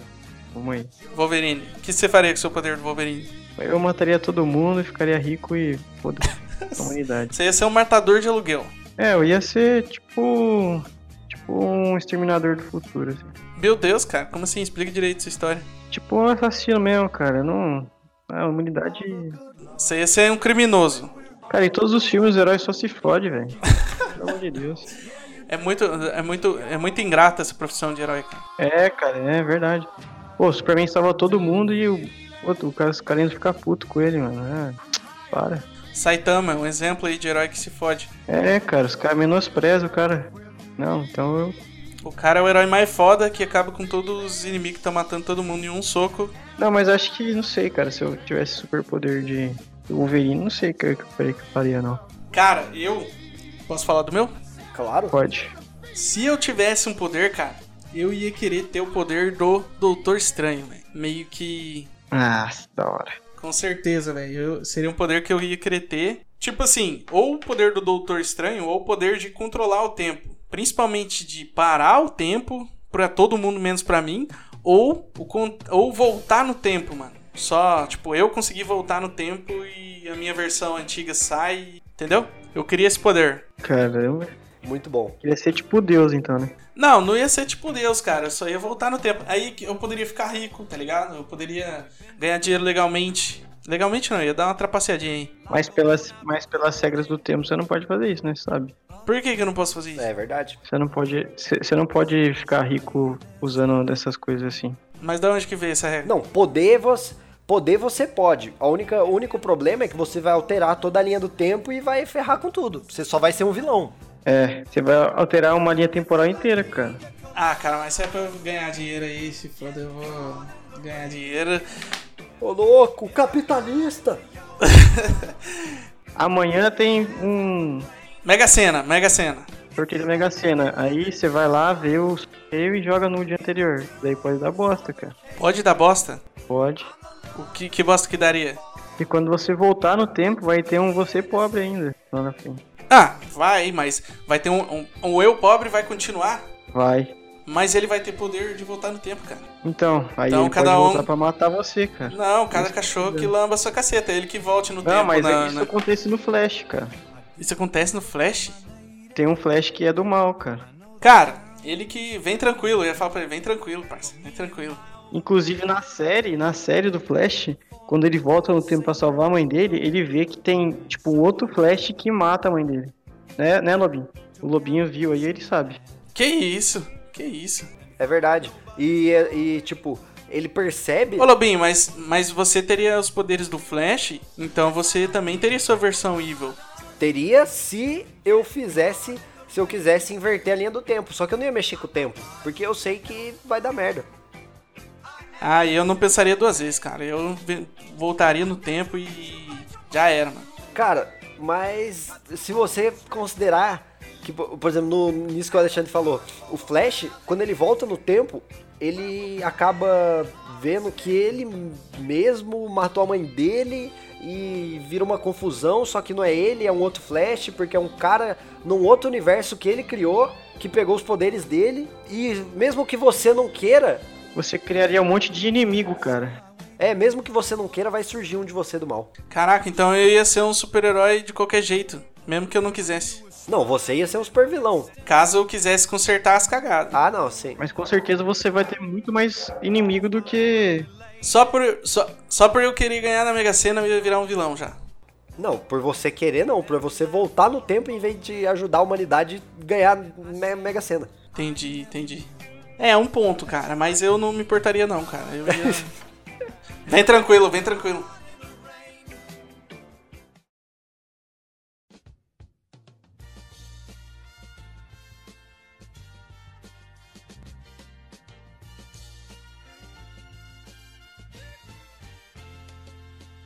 Vamos aí.
Wolverine. O que você faria com seu poder do Wolverine?
Eu mataria todo mundo, ficaria rico e foda-se a humanidade.
Você ia ser um matador de aluguel.
É, eu ia ser tipo. Tipo um exterminador do futuro, assim.
Meu Deus, cara, como assim? Explica direito essa história.
Tipo um assassino mesmo, cara. Não. A humanidade.
Você ia ser um criminoso.
Cara, em todos os filmes os heróis só se fode, velho. Pelo amor de Deus.
É muito, é muito, é muito ingrata essa profissão de herói, cara.
É, cara, é verdade. Pô, o Superman salva todo mundo e o. Outro, o cara, os caras iam ficar puto com ele, mano. Ah, para.
Saitama é um exemplo aí de herói que se fode.
É, cara, os caras menosprezam o cara. Não, então eu.
O cara é o herói mais foda que acaba com todos os inimigos que tá matando todo mundo em um soco.
Não, mas acho que não sei, cara. Se eu tivesse superpoder de Wolverine, não sei o que eu faria que eu faria, não.
Cara, eu. Posso falar do meu?
Claro.
Pode.
Se eu tivesse um poder, cara, eu ia querer ter o poder do Doutor Estranho, velho. Meio que.
Ah, da hora.
Com
Com certeza,
certeza.
velho. Eu-
Seria um poder que eu ia querer ter. Tipo assim, ou o poder do Doutor Estranho, ou o poder de controlar o tempo. Principalmente de parar o tempo pra todo mundo, menos pra mim. Ou, o, con- ou voltar no tempo, mano. Só, tipo, eu conseguir voltar no tempo e a minha versão antiga sai. Entendeu? Eu queria esse poder.
Caramba.
Muito bom.
Queria ser tipo Deus, então, né?
Não, não ia ser tipo Deus, cara. Eu só ia voltar no tempo. Aí que eu poderia ficar rico, tá ligado? Eu poderia ganhar dinheiro legalmente. Legalmente não, ia dar uma trapaceadinha aí.
Mas pelas, mas pelas regras do tempo você não pode fazer isso, né? Sabe?
Por que, que eu não posso fazer isso?
É verdade.
Você não pode. Você você não pode ficar rico usando dessas coisas assim.
Mas da onde que veio essa regra?
Não, poder você, poder você pode. A única, o único problema é que você vai alterar toda a linha do tempo e vai ferrar com tudo. Você só vai ser um vilão.
É, você vai alterar uma linha temporal inteira, cara.
Ah, cara, mas se é pra eu ganhar dinheiro aí, se foda, eu vou ganhar dinheiro.
Ô louco, capitalista!
Amanhã tem um
Mega Sena, Mega Sena.
sorteio da Mega Sena. Aí você vai lá, vê os sorteio e joga no dia anterior. Daí pode dar bosta, cara.
Pode dar bosta?
Pode.
O que, que bosta que daria?
E quando você voltar no tempo, vai ter um você pobre ainda lá na frente.
Ah, vai, mas vai ter um, um, um eu pobre vai continuar,
Vai.
mas ele vai ter poder de voltar no tempo, cara.
Então, aí
Então,
ele
cada
pode
um-
voltar pra matar você, cara.
Não, cada cachorro que lamba a sua caceta, é ele que volte no tempo. né,
Não, mas
na-
é isso
na-
acontece no Flash, cara.
isso acontece no Flash?
Tem um Flash que é do mal, cara.
Cara, ele que vem tranquilo, eu ia falar pra ele, vem tranquilo, parceiro, vem tranquilo.
Inclusive na série, na série do Flash, quando ele volta no tempo pra salvar a mãe dele, ele vê que tem, tipo, um outro Flash que mata a mãe dele. Né, né Lobinho? O Lobinho viu aí, ele sabe.
Que isso? Que isso?
É verdade. E, e tipo, ele percebe.
Ô Lobinho, mas, mas você teria os poderes do Flash, então você também teria sua versão evil.
Teria se eu fizesse. Se eu quisesse inverter a linha do tempo. Só que eu não ia mexer com o tempo. Porque eu sei que vai dar merda.
Ah, eu não pensaria duas vezes, cara. Eu ve- voltaria no tempo e já era, mano.
Cara, mas se você considerar que, po- por exemplo, no, nisso que o Alexandre falou, o Flash, quando ele volta no tempo, ele acaba vendo que ele mesmo matou a mãe dele e vira uma confusão, só que não é ele, é um outro Flash, porque é um cara num outro universo que ele criou, que pegou os poderes dele, e mesmo que você não queira,
Você criaria um monte de inimigo, cara.
é, mesmo que você não queira, vai surgir um de você do mal.
Caraca, então eu ia ser um super-herói de qualquer jeito, mesmo que eu não quisesse.
Não, você ia ser um super vilão.
Caso eu quisesse consertar as cagadas.
Ah, não, sim.
Mas com certeza você vai ter muito mais inimigo do que.
Só por, só, só por eu querer ganhar na Mega Sena, eu ia virar um vilão já.
Não, por você querer não, por você voltar no tempo em vez de ajudar a humanidade a ganhar me- Mega Sena.
Entendi, entendi. É, um ponto, cara, mas eu não me importaria não, cara. Eu ia... vem tranquilo, vem tranquilo.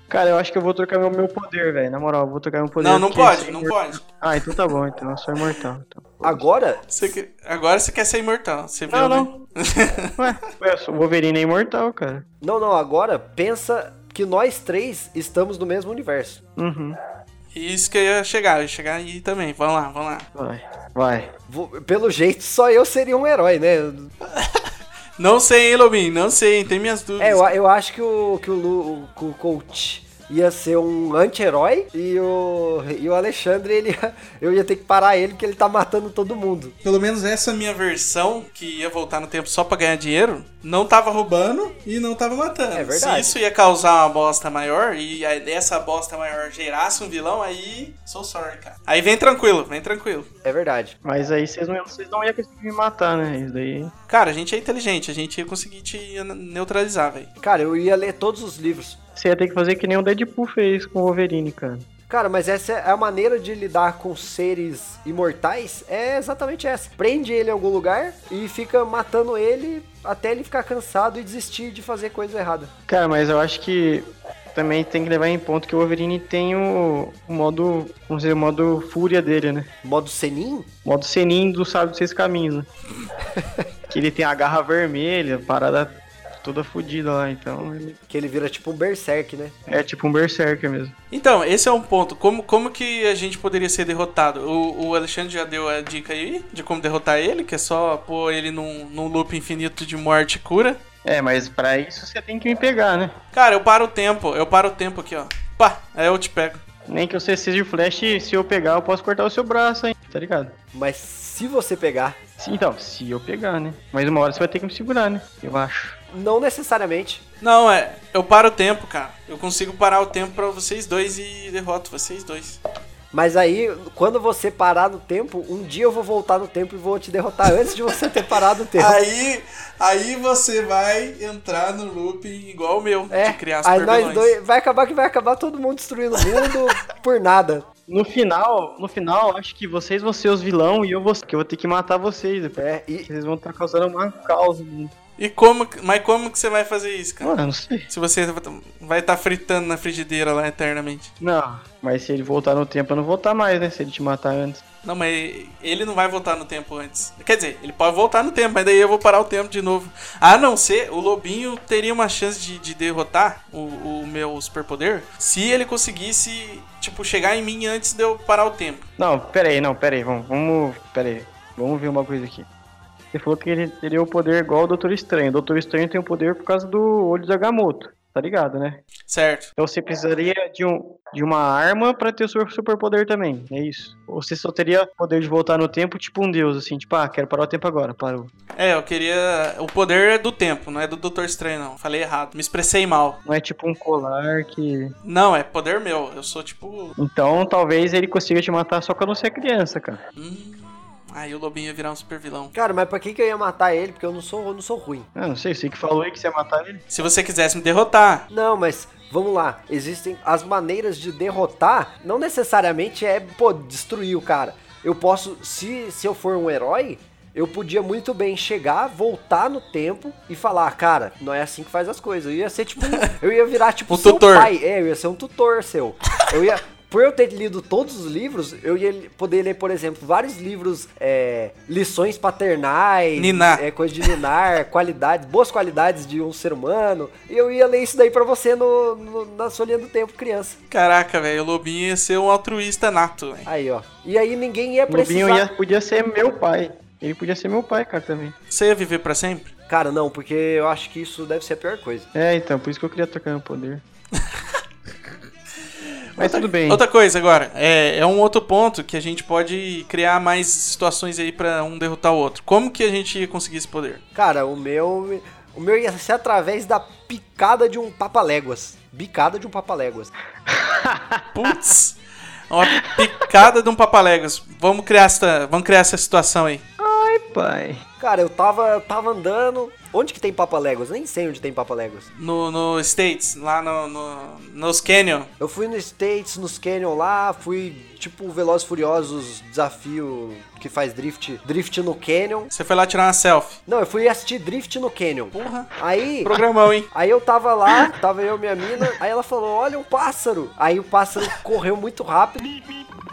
Cara, eu acho que eu vou trocar meu, meu poder, velho. Na moral, eu vou trocar meu poder.
Não, não
porque
pode,
ser
não
imor-
pode.
Ah, então tá bom, então. Eu sou imortal. Então.
Agora,
Você que- Agora você quer ser imortal, você viu,
Não,
né?
não. Ué, ué, eu sou- o Wolverine é imortal, cara.
não, não, agora pensa que nós três estamos no mesmo universo.
Uhum.
Isso que eu ia chegar, eu ia chegar aí também. Vamos lá, vamos lá.
Vai, vai.
Vo- Pelo jeito, só eu seria um herói, né?
Não sei, hein, Lobinho, não sei, hein, tem minhas dúvidas.
É, eu, eu acho que o que o, Lu, o, que o coach ia ser um anti-herói e o e o Alexandre ele ia- eu ia ter que parar ele porque ele tá matando todo mundo.
Pelo menos essa
Essa minha versão, que ia voltar no tempo só pra ganhar dinheiro, não tava roubando.
roubando e não tava matando.
É verdade.
Se isso ia causar uma bosta maior e aí essa bosta maior gerasse um vilão, aí. Sou sorry, cara. Aí vem tranquilo, vem tranquilo.
É verdade.
Mas aí vocês não, iam- vocês não iam conseguir me matar, né? Isso daí.
Cara, a gente é inteligente, a gente ia conseguir te n- neutralizar, velho.
Cara, eu ia ler todos os livros.
Você ia ter que fazer que nem o Deadpool fez com o Wolverine, cara.
Cara, mas essa é a maneira de lidar com seres imortais é exatamente essa. Prende ele em algum lugar e fica matando ele até ele ficar cansado e desistir de fazer coisa errada.
Cara, mas eu acho que também tem que levar em ponto que o Wolverine tem o, o modo, vamos dizer, o modo fúria dele, né?
Modo Senin?
O modo Senin do Sábio dos Seis Caminhos, né? que ele tem a garra vermelha, a parada toda fodida lá, então ele
Que ele vira tipo um berserk, né?
é tipo um berserker mesmo.
Então, esse é um ponto. Como, como que a gente poderia ser derrotado? O, o Alexandre já deu a dica aí de como derrotar ele, que é só pôr ele num, num loop infinito de morte e cura.
É, mas pra isso você tem que me pegar, né?
Cara, eu paro o tempo, eu paro o tempo aqui, ó. Pá, aí eu te pego.
Nem que você seja o Flash, se eu pegar, eu posso cortar o seu braço, hein? Tá ligado?
Mas se você pegar,
Se- Então, se eu pegar, né? Mas uma hora você vai ter que me segurar, né? Eu acho.
não necessariamente.
Não, é. Eu paro o tempo, cara. Eu consigo parar o tempo pra vocês dois e derroto vocês dois.
Mas aí, quando você parar no tempo, um dia eu vou voltar no tempo e vou te derrotar antes de você ter parado o tempo.
Aí, aí você vai entrar no looping igual o meu,
É,
de criar
aí
super
nós dois, vai acabar que vai acabar todo mundo destruindo o mundo por nada.
No final, no final, acho que vocês vão ser os vilão e eu vou, que eu vou ter que matar vocês. Depois.
É, e,
Vocês vão estar causando uma causa. né?
E como, que- mas como que você vai fazer isso, cara?
Mano, não sei.
Se você vai estar fritando na frigideira lá eternamente.
Não, mas se ele voltar no tempo, eu não voltar mais, né? Se ele te matar antes.
Não, mas ele não vai voltar no tempo antes. Quer dizer, ele pode voltar no tempo, mas daí eu vou parar o tempo de novo. A não ser, o Lobinho teria uma chance de, de derrotar o, o meu superpoder se ele conseguisse, tipo, chegar em mim antes de eu parar o tempo.
Não, pera aí, não, pera aí. Vamos, vamos, pera aí. Vamos ver uma coisa aqui. Você falou que ele teria o poder igual ao Doutor Estranho. O Doutor Estranho tem o poder por causa do olho de Agamotto. Tá ligado, né?
Certo.
Então você precisaria de, um, de uma arma pra ter o seu superpoder também. É isso. Ou você só teria o poder de voltar no tempo, tipo um deus, assim. Tipo, ah, quero parar o tempo agora. Parou.
É, eu queria. O poder é do tempo, não é do Doutor Estranho, não. Falei errado. Me expressei mal.
Não é tipo um colar que
Não, é poder meu. Eu sou tipo.
Então talvez ele consiga te matar só quando você é criança, cara.
Hum. Aí o Lobinho ia virar um super vilão.
Cara, mas pra que, que eu ia matar ele? Porque eu não sou, eu não sou ruim.
Ah, não sei, sei que falou aí que você ia matar ele.
Se você quisesse me derrotar,
Não, mas vamos lá. Existem as maneiras de derrotar, não necessariamente é pô, destruir o cara. Eu posso, se, se eu for um herói, eu podia muito bem chegar, voltar no tempo e falar, cara, não é assim que faz as coisas. Eu ia ser tipo, um- eu ia virar tipo
Um
seu
tutor.
pai. É, eu ia ser um tutor seu. Eu ia Por eu ter lido todos os livros, eu ia li- poder ler, por exemplo, vários livros, é, lições paternais,
Ninar.
é, coisa de ninar, qualidades, boas qualidades de um ser humano. E eu ia ler isso daí pra você no, no- na sua linha do tempo, criança.
Caraca, velho, o Lobinho ia ser um altruísta nato, velho.
Aí, ó. E aí ninguém ia
O Lobinho
precisar.
ia- podia ser meu pai. Ele podia ser meu pai, cara, também.
Você ia viver pra sempre?
Cara, não, porque eu acho que isso deve ser a pior coisa.
É, então, por isso que eu queria trocar meu poder. Mas tudo bem.
Outra coisa agora, é, é um outro ponto que a gente pode criar mais situações aí pra um derrotar o outro. Como que a gente ia conseguir esse poder?
Cara, o meu. O meu ia ser através da picada de um papaléguas. Bicada de um papaléguas.
Putz! Uma picada de um papaléguas. Vamos criar essa, vamos criar essa situação aí.
Pai.
Cara, eu tava, tava andando. Onde que tem papaléguas? Nem sei onde tem papaléguas.
No, no States, lá no, no, nos Canyon.
Eu fui nos States, nos Canyon lá, fui tipo Velozes e Furiosos, desafio que faz drift, drift no Canyon.
Você foi lá tirar uma selfie.
Não, eu fui assistir drift no Canyon.
Porra.
Aí,
Programão, hein?
Aí eu tava lá, tava eu e minha mina, aí ela falou, olha um pássaro. Aí o pássaro correu muito rápido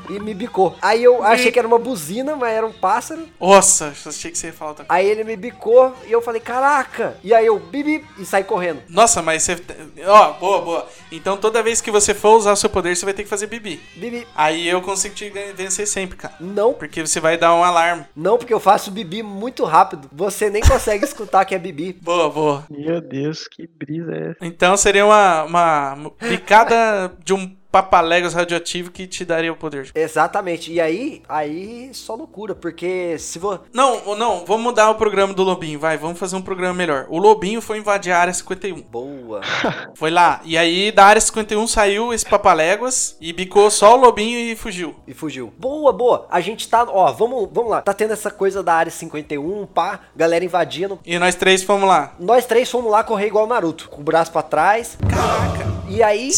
e me bicou. Aí eu achei que era uma buzina, mas era um pássaro.
Nossa, achei que você ia falar outra coisa.
Aí ele me bicou e eu falei, caraca. E aí eu bibi e saí correndo.
Nossa, mas você. Ó, boa, boa. Então toda vez que você for usar o seu poder, você vai ter que fazer bibi.
Bibi.
Aí eu consigo te gan- vencer sempre, cara.
Não,
Porque você vai dar um alarme.
não, porque eu faço bibi muito rápido. Você nem consegue escutar que é bibi.
Boa, boa.
Meu Deus, que brisa é essa?
Então seria uma, uma picada de um papaléguas radioativo que te daria o poder.
Exatamente. E aí, aí só loucura, porque se você...
Não, ou não, vamos mudar o programa do Lobinho, vai, vamos fazer um programa melhor. O Lobinho foi invadir a área 51.
Boa.
Foi lá, e aí da área 51 saiu esse papaléguas e bicou só o Lobinho e fugiu.
E fugiu. Boa, boa. A gente tá. Ó, vamos, vamos lá. Tá tendo essa coisa da área 51, pá. Galera invadindo.
E nós três fomos lá.
Nós três fomos lá correr igual o Naruto, com o braço pra trás. Caraca. E aí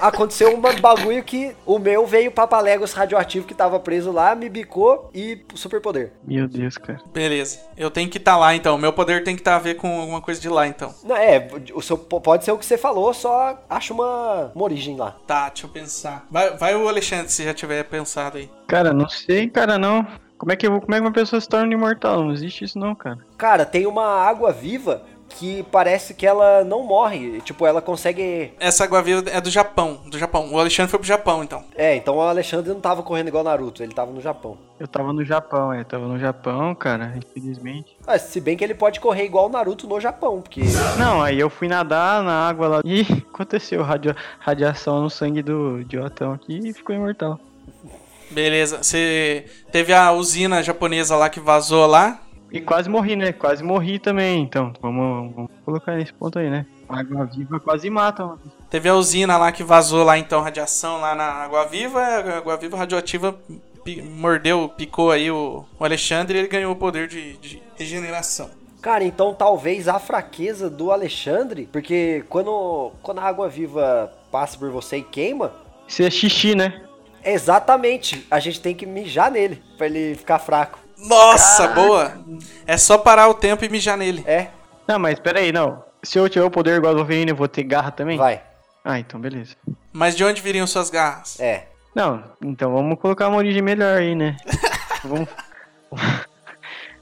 aconteceu um bagulho que o meu veio o Papaléguas radioativo que tava preso lá, me bicou e superpoder.
Meu Deus, cara.
Beleza. Eu tenho que estar lá então. Meu poder tem que estar a ver com alguma coisa de lá então.
Não, é, o seu, pode ser o que você falou, só acho uma, uma origem lá.
Tá, deixa eu pensar. Vai, vai o Alexandre se já tiver pensado aí.
Cara, não sei, cara, não. Como é que eu vou, como é que uma pessoa se torna imortal? Não existe isso não, cara.
Cara, tem uma água viva que parece que ela não morre. Tipo, ela consegue
Essa água viva é do Japão, do Japão. O Alexandre foi pro Japão então.
É, então o Alexandre não tava correndo igual Naruto, ele tava no Japão.
Eu tava no Japão, é, tava no Japão, cara, infelizmente.
Ah, se bem que ele pode correr igual o Naruto no Japão, porque.
Não, aí eu fui nadar na água lá e aconteceu radio- radiação no sangue do idiotão aqui e ficou imortal.
Beleza. Você teve a usina japonesa lá que vazou lá?
E quase morri, né? Quase morri também, então vamos, vamos colocar nesse ponto aí, né? Água viva quase mata, mano.
Teve a usina lá que vazou lá então radiação lá na Água Viva, a Água Viva radioativa pi- mordeu, picou aí o, o Alexandre e ele ganhou o poder de, de regeneração.
Cara, então talvez a fraqueza do Alexandre, porque quando, quando a água viva passa por você e queima,
Isso é xixi, né?
é exatamente, a gente tem que mijar nele pra ele ficar fraco.
Nossa, boa! É só parar o tempo e mijar nele.
É,
Não, mas pera aí, não. Se eu tiver o poder igual do Wolverine, eu vou ter garra também?
vai,
Ah, então beleza.
Mas de onde viriam suas garras?
é.
Não, então vamos colocar uma origem melhor aí, né? vamos,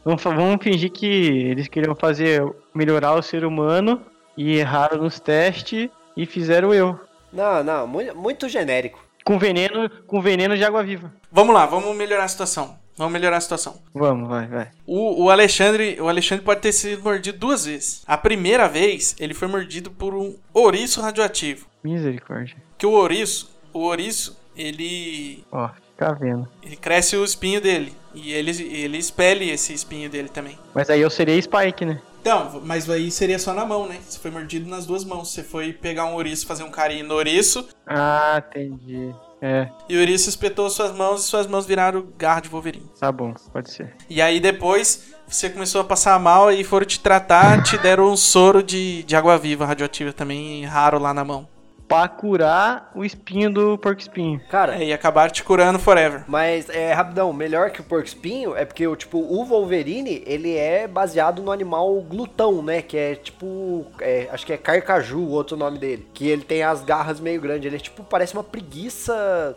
vamos, fa- vamos fingir que eles queriam fazer melhorar o ser humano e erraram nos testes e fizeram eu.
Não, não, muito, muito genérico.
Com veneno, com veneno de água viva.
Vamos lá, vamos melhorar a situação. Vamos melhorar a situação.
Vamos, vai, vai.
O, o Alexandre, o Alexandre pode ter sido mordido duas vezes. A primeira vez, ele foi mordido por um ouriço radioativo.
Misericórdia.
Que o ouriço, o ouriço, ele
Ó, fica vendo.
Ele cresce o espinho dele. E ele, ele expele esse espinho dele também.
Mas aí eu serei Spike, né?
Então, mas aí seria só na mão, né? Você foi mordido nas duas mãos. Você foi pegar um ouriço, fazer um carinho no ouriço.
Ah, entendi. É,
E o ouriço espetou suas mãos e suas mãos viraram garra de Wolverine.
tá bom, pode ser.
E aí depois, você começou a passar mal e foram te tratar. te deram um soro de, de água-viva radioativa também, raro lá na mão.
pra curar o espinho do porco espinho.
Cara,
É, e acabar te curando forever.
Mas, é, rapidão, melhor que o porco espinho é porque, o, tipo, o Wolverine, ele é baseado no animal glutão, né? Que é, tipo, é, acho que é carcaju o outro nome dele. Que ele tem as garras meio grandes. Ele, é, tipo, parece uma preguiça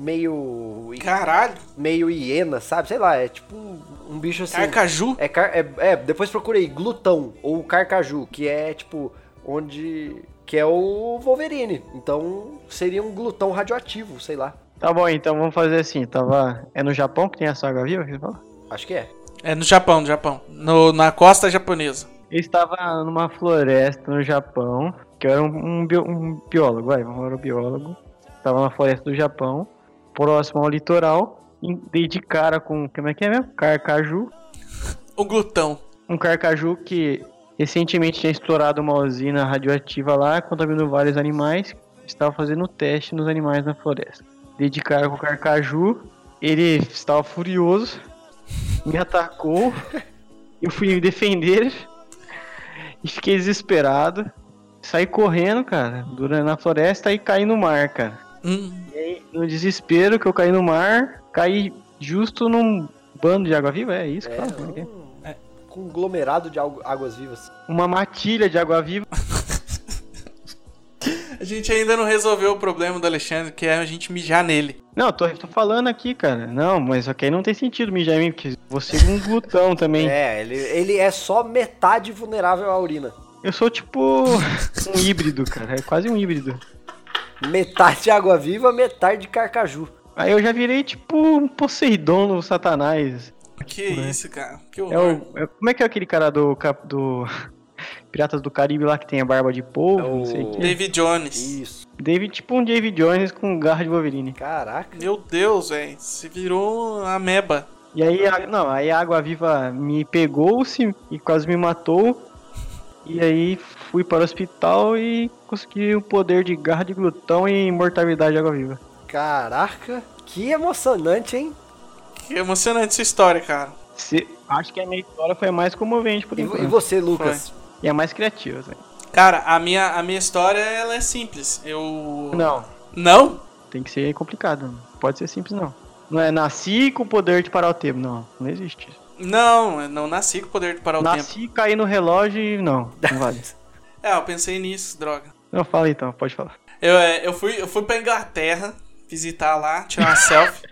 meio...
Caralho,
meio hiena, sabe? Sei lá, é tipo um, um bicho assim...
carcaju.
É, car- é, é, depois procurei glutão ou carcaju, que é, tipo, onde... Que é o Wolverine. Então, seria um glutão radioativo, sei lá.
Tá bom, então vamos fazer assim. Tava... É no Japão que tem a saga viva? Que você fala?
Acho que é.
É no Japão, no Japão. No, na costa japonesa.
Eu estava numa floresta no Japão, que eu era um, um bio- um biólogo, vai, eu era um biólogo. Estava na floresta do Japão, próximo ao litoral, e dei de cara com, como é que é mesmo? Carcaju.
O glutão.
Um carcaju que recentemente tinha estourado uma usina radioativa lá, contaminou vários animais, estava fazendo teste nos animais na floresta. Dei de cara com o carcaju, ele estava furioso, me atacou, eu fui me defender e fiquei desesperado. Saí correndo, cara, durante na floresta e caí no mar, cara.
Hum,
No desespero que eu caí no mar, caí justo num bando de água-viva, é isso que fala? Como é que
É,
é?
um conglomerado de algo- águas vivas.
Uma matilha de água-viva.
a gente ainda não resolveu o problema do Alexandre, que é a gente mijar nele.
Não, tô, tô falando aqui, cara. Não, mas só que aí não tem sentido mijar em mim, porque você é um glutão também.
É, ele, ele é só metade vulnerável à urina.
Eu sou tipo um híbrido, cara. É quase um híbrido.
Metade água viva, metade carcaju.
Aí eu já virei tipo um Poseidon no Satanás.
Que isso, cara. Que
É
horror.
o, é- como é que é aquele cara do, cap- do Piratas do Caribe lá que tem a barba de polvo?
É o-
Não sei o que.
David Jones.
Isso.
David, tipo um David Jones com garra de Wolverine.
Caraca.
Meu Deus, velho. Se virou a meba.
E aí, a- não, aí a água viva me pegou-se e quase me matou. E aí fui para o hospital e consegui o poder de garra de glutão e imortalidade de água viva.
Caraca. Que emocionante, hein?
Que emocionante essa história, cara.
Se- acho que a minha história foi a mais comovente por
E, vo-
enquanto.
e você, Lucas?
E a mais criativa, assim. também.
Cara, a minha, a minha história, ela é simples. Eu...
Não,
Não?
tem que ser complicado. Não pode ser simples, não. Não é nasci com o poder de parar o tempo, não. Não existe isso.
Não, eu não nasci com o poder de parar o tempo.
Nasci, caí no relógio e não. Não vale.
É, eu pensei nisso, droga.
não, fala então, pode falar.
Eu, é, eu, fui, eu fui pra Inglaterra visitar lá, tirar uma selfie.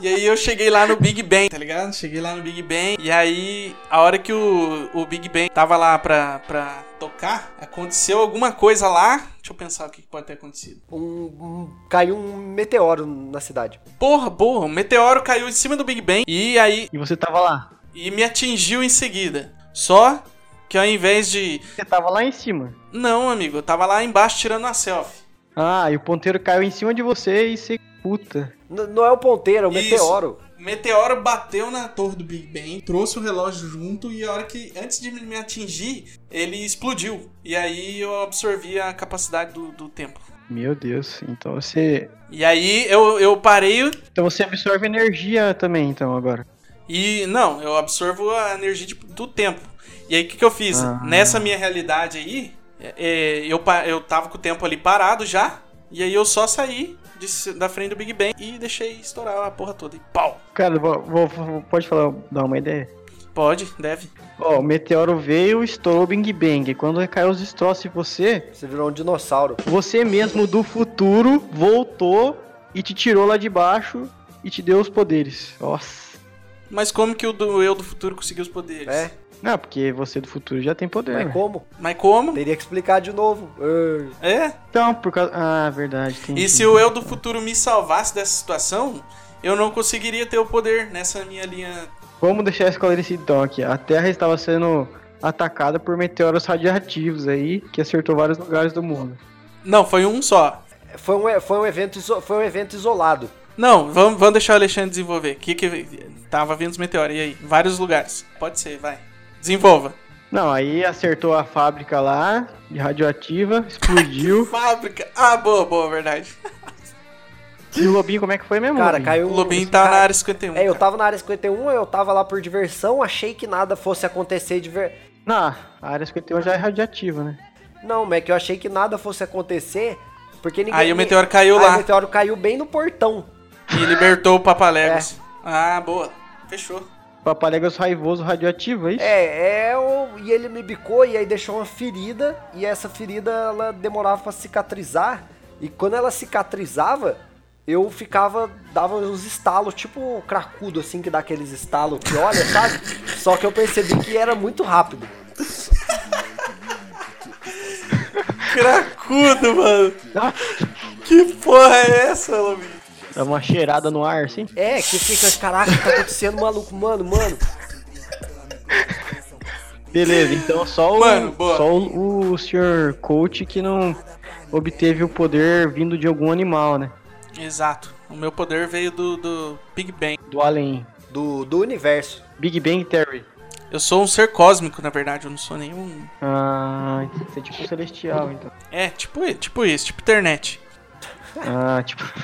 E aí eu cheguei lá no Big Ben, tá ligado? Cheguei lá no Big Ben. E aí, a hora que o, o Big Ben tava lá pra, pra tocar, aconteceu alguma coisa lá. Deixa eu pensar o que que pode ter acontecido.
Um, um- caiu um meteoro na cidade.
Porra, porra, um meteoro caiu em cima do Big Ben e aí
E você tava lá.
e me atingiu em seguida. Só que ao invés de.
Você tava lá em cima.
Não, amigo, eu tava lá embaixo tirando uma selfie.
Ah, e o ponteiro caiu em cima de você e você. Puta.
N- não é o ponteiro, é o
Isso.
meteoro.
O meteoro bateu na
na torre do Big Ben, trouxe o relógio junto e a hora que.
Antes de me atingir, ele explodiu. E aí eu absorvi a capacidade do, do tempo.
Meu Deus, então você.
E aí eu, eu parei
Então você absorve energia também, então, agora.
E não, eu absorvo a energia de- do tempo. E aí o que, que eu fiz?
Ah.
Nessa minha realidade aí, é, é, eu, pa- eu tava com o tempo ali parado já, e aí eu só saí de c- da frente do Big Bang e deixei estourar a porra toda. E pau!
Cara, vou, vou- vou- pode falar, dar uma ideia?
Pode, deve.
Ó, o meteoro veio, estourou o Big Bang. Quando caiu os destroços em você,
Você virou um dinossauro.
você mesmo do futuro voltou e te tirou lá de baixo e te deu os poderes. Nossa.
Mas como que o do eu do futuro conseguiu os poderes?
É,
Não, porque você do futuro já tem poder.
mas
né?
como?
Mas como?
Teria que explicar de novo. Ai.
É.
Então, por causa. Ah, verdade. Tem
E se o eu do futuro me salvasse dessa situação, eu não conseguiria ter o poder nessa minha linha.
Vamos deixar esclarecido então aqui. A Terra estava sendo atacada por meteoros radioativos aí, que acertou vários lugares do mundo.
Não, foi um só.
Foi um, e- foi, um evento, iso- foi um evento isolado.
Não, vamos, vamos deixar o Alexandre desenvolver. Que que tava vindo os meteoros e aí, vários lugares. Pode ser, vai. Desenvolva.
Não, aí acertou a fábrica lá, de radioativa, explodiu.
Fábrica. Ah, boa, boa, verdade.
e o Lobinho, como é que foi mesmo?
Cara,
Lobinho?
caiu
O
um.
Lobinho tá
cara-
na área 51.
É, eu
cara.
tava na área 51, eu tava lá por diversão, achei que nada fosse acontecer de ver.
Não, a área 51 já é radioativa, né?
Não, mas é que eu achei que nada fosse acontecer, porque ninguém...
Aí o meteoro caiu
Aí
lá.
o meteoro caiu bem no portão.
E libertou o Papalegos.
É.
Ah, boa. Fechou.
Papaléguas raivoso radioativo, é isso?
É, é o... e ele me bicou e aí deixou uma ferida, e essa ferida ela demorava pra cicatrizar, e quando ela cicatrizava, eu ficava, dava uns estalos, tipo cracudo, assim, que dá aqueles estalos que olha, sabe? Só que eu percebi que era muito rápido.
Cracudo, mano. Que porra é essa, Lobinho?
Dá uma cheirada no ar, assim.
É, que fica, caraca, tá acontecendo, maluco, mano, mano.
Beleza, então só o,
Mano, boa.
só o, o senhor coach que não obteve o poder vindo de algum animal, né?
Exato. O meu poder veio do, do Big Bang.
Do além.
Do, do universo.
Big Bang Theory.
Eu sou um ser cósmico, na verdade. Eu não sou nenhum.
Ah, isso é tipo um celestial, então.
É, tipo, i- tipo isso, tipo internet.
Ah, tipo.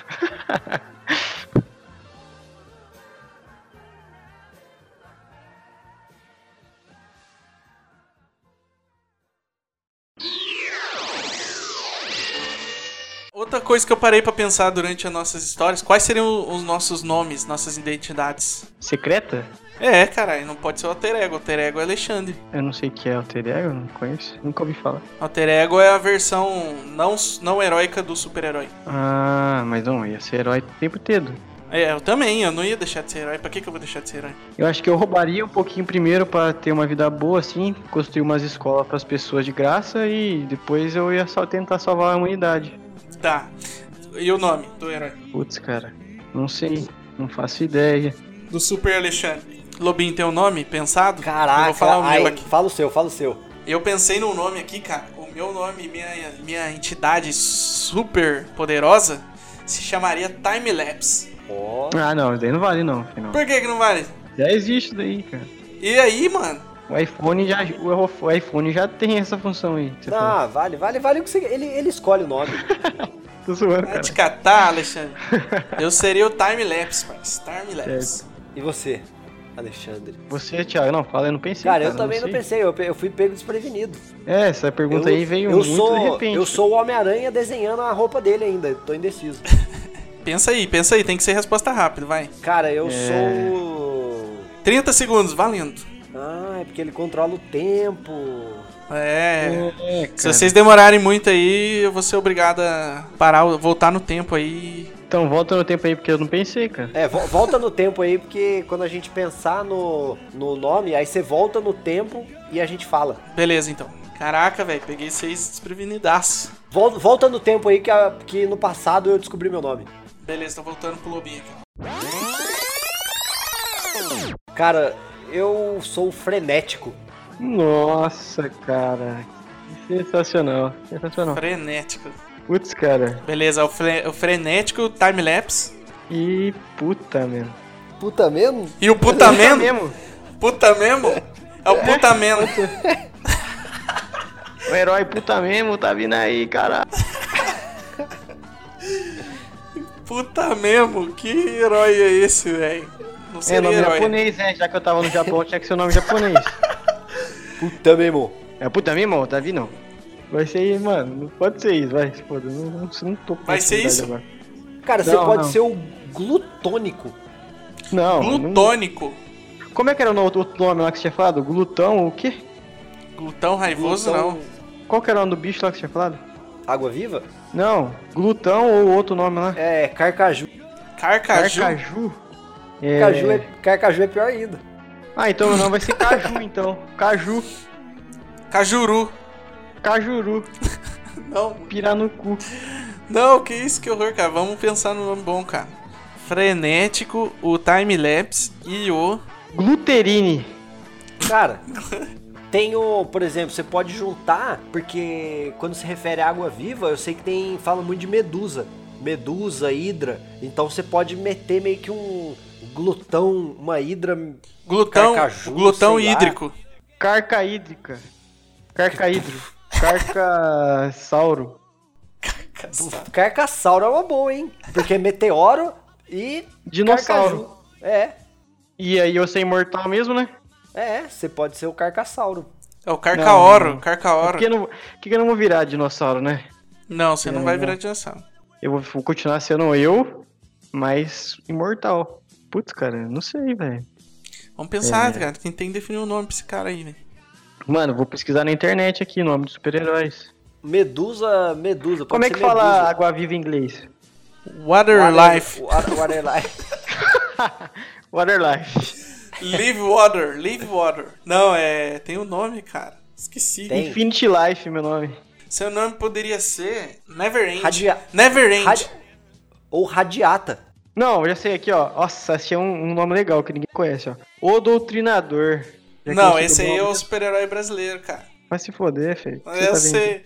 Outra coisa que eu parei pra pensar durante as nossas histórias, quais seriam os nossos nomes, nossas identidades?
Secreta?
É, caralho, não pode ser o alter ego. Alter ego é Alexandre.
Eu não sei o que é alter ego, não conheço. Nunca ouvi falar.
Alter ego é a versão não, s- não heróica do super-herói.
Ah, mas não, ia ser herói o tempo todo.
É, eu também, eu não ia deixar de ser herói. Pra que, que eu vou deixar de ser herói?
Eu acho que eu roubaria um pouquinho primeiro pra ter uma vida boa, assim, construir umas escolas pras pessoas de graça e depois eu ia só tentar salvar a humanidade.
Tá. E o nome do herói?
Putz, cara, não sei, não faço ideia.
Do Super Alexandre. Lobinho tem um nome pensado?
Caraca,
Eu vou falar o
ai,
meu aqui.
fala o seu, fala o seu.
Eu pensei num nome aqui, cara. O meu nome, minha, minha entidade super poderosa, se chamaria Time Lapse.
Ó,
Ah, não, isso daí não vale não, afinal.
Por que que não vale?
Já existe isso daí, cara.
E aí, mano?
O iPhone já, o, o iPhone já tem essa função aí. que Você tá falou.
Ah, vale, vale, vale o que você. Ele, ele escolhe o nome.
Tô zoando,
Vai te
cara.
catar, Alexandre. Eu seria o Time Lapse, parceiro. Time Lapse.
E você, Alexandre?
Você, Thiago, não, fala, eu não pensei.
Cara, eu também não
sei.
pensei, eu, pe- eu fui pego desprevenido.
É, essa pergunta aí veio
eu
muito
sou,
de repente.
Eu sou o Homem-Aranha desenhando a roupa dele ainda, tô indeciso.
Pensa aí, pensa aí. Tem que ser resposta rápida, vai.
Cara,
É.
eu sou.
30 segundos, valendo.
Ah, é porque ele controla o tempo.
É.
É, cara.
Se vocês demorarem muito aí, eu vou ser obrigado a parar, voltar no tempo aí.
Então volta no tempo aí, porque eu não pensei, cara.
É, vo- volta no tempo aí, porque quando a gente pensar no, no nome, aí você volta no tempo e a gente fala.
Beleza, então. Caraca, velho, peguei vocês desprevenidaço.
Vol- Volta no tempo aí que, a- que no passado eu descobri meu nome.
Beleza, tô voltando pro lobinho aqui.
Cara, eu sou frenético.
Nossa, cara. que Sensacional, sensacional.
Frenético.
Putz, cara.
Beleza, é o, fre- o frenético, timelapse.
E puta, mano.
Puta mesmo?
E o puta
É
mesmo?
mesmo?
Puta mesmo? É o puta mesmo.
O Um herói puta mesmo tá vindo aí, cara.
Puta mesmo? Que herói é esse, velho? Não
um
É
seria
nome
herói.
japonês, né? Já que eu tava no Japão, tinha que ser o nome japonês.
Puta mesmo.
É puta mesmo, tá vindo? não. Vai ser, mano, não pode ser isso, vai, foda, não, não, não tô com
Vai ser
facilidade
isso?
agora.
Cara, você
Não,
pode
não.
ser o glutônico.
Não, não.
Glutônico.
Como é que era o no- outro nome lá que você tinha falado? Glutão, o quê?
Glutão raivoso,
Glutão-
Qual que era o nome do bicho lá que você tinha falado?
Então, Água viva?
Não, glutão ou outro nome lá?
É, carcaju.
não. Carcaju.
Carcaju? É...
Caju é, carcaju é pior ainda.
Ah, então meu nome vai ser Caju, então. Caju,
Cajuru.
Cajuru,
Não,
Piranucu.
não, que isso, que horror, cara. Vamos pensar no nome bom, cara. Frenético, o timelapse e o.
Gluterine.
Cara, tem o, por exemplo, você pode juntar, porque quando se refere à água viva, eu sei que tem, fala muito de medusa. Medusa, hidra. Então você pode meter meio que um glutão, uma hidra.
Glutão.
Carcaju,
glutão
sei lá.
hídrico.
Carcaídrica. Carcaídro. Carcasauro.
Carcassauro é uma boa, hein? Porque é meteoro e.
Dinossauro.
carcaju. É,
E aí eu sou imortal mesmo, né?
é, você pode ser o carcassauro.
É o Carcaoro, Carcaoro.
Por que, eu não, por que que eu não vou virar dinossauro, né?
Não, você não,
Não,
vai
não.
virar dinossauro.
Eu vou, vou continuar sendo eu, mas imortal. Putz, cara, não sei, velho.
Vamos pensar,
É.
cara. Tem, tem que definir um nome pra esse cara aí, velho.
Mano, vou pesquisar na internet aqui, nome de super-heróis.
Medusa, Medusa. pode
Como é
ser
que fala
Medusa.
água-viva em inglês?
Waterlife.
Water- Waterlife.
Waterlife.
Live Water, Live Water. Não, é. Tem um nome, cara. Esqueci.
Tem.
Infinity Life, meu nome.
Seu nome poderia ser Never End.
Radia-
Never End.
Radi- Ou Radiata.
Não, eu já sei aqui, ó. Nossa, achei um, um nome legal que ninguém conhece, ó. O Doutrinador. Já
Não,
conhecido
esse aí é
como-
o super-herói brasileiro, cara.
Vai se foder, feio. Você
eu
tá vendo?
sei.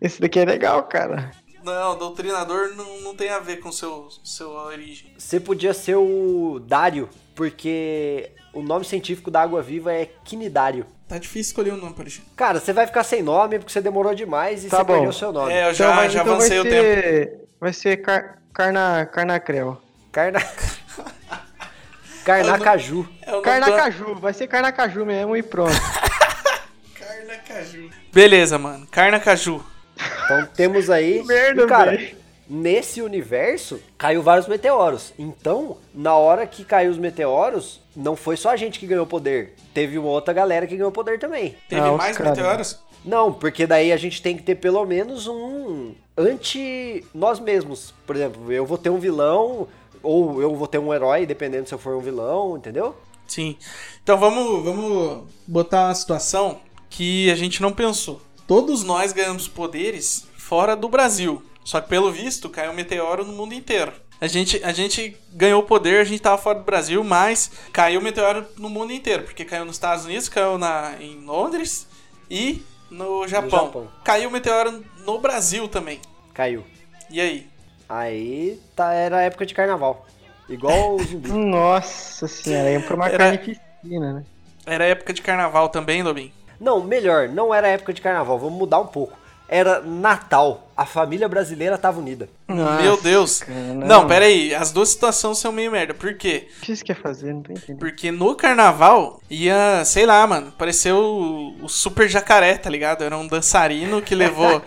Esse daqui é legal, cara.
Não, doutrinador não, não tem a ver com seu, seu origem.
Você podia ser o Dário, porque o nome científico da água-viva é Quinidário.
Tá difícil escolher um nome, por exemplo.
Cara, você vai ficar sem nome porque você demorou demais e
Tá
você
bom.
perdeu o seu nome.
É, eu já,
mas
já
então
avancei o
vai
tempo.
ser, Vai ser car, carna, Carnacrel.
Carna... Carnacaju.
É o nome
Carnacaju, vai ser Carnacaju mesmo e pronto.
do- Carnacaju. Beleza, mano. Carnacaju.
Então temos aí.
Merda,
e, cara,
velho.
nesse universo caiu vários meteoros. Então, na hora que caiu os meteoros, não foi só a gente que ganhou poder. Teve uma outra galera que ganhou poder também.
Teve
Ah, os
mais
cara.
meteoros?
Não, porque daí a gente tem que ter pelo menos um anti nós mesmos. Por exemplo, eu vou ter um vilão ou eu vou ter um herói, dependendo se eu for um vilão, entendeu?
Sim. Então vamos, vamos
Vamos botar uma situação.
situação que a gente não pensou. Todos nós ganhamos poderes fora do Brasil. Só que pelo visto caiu um meteoro no mundo inteiro. A gente, a gente ganhou poder, a gente tava fora do Brasil, mas caiu um meteoro no mundo inteiro. Porque caiu nos Estados Unidos, caiu na, em Londres e no Japão.
Japão.
Caiu um meteoro no Brasil também.
Caiu.
E aí?
Aí tá, era a época de carnaval. Igual o zumbi.
Nossa senhora, é pra uma
Era-
carnificina, né?
Era época de carnaval também, Lobin?
Não, melhor, não era época de carnaval, vamos mudar um pouco. Era Natal, a família brasileira tava unida.
Meu Deus.
Ah, cara,
não.
não.
pera aí. As duas situações são meio merda. Por quê?
O que isso quer fazer? Não tô entendendo.
Porque no carnaval ia, sei lá, mano, pareceu o, o super jacaré, tá ligado? Era um dançarino que levou.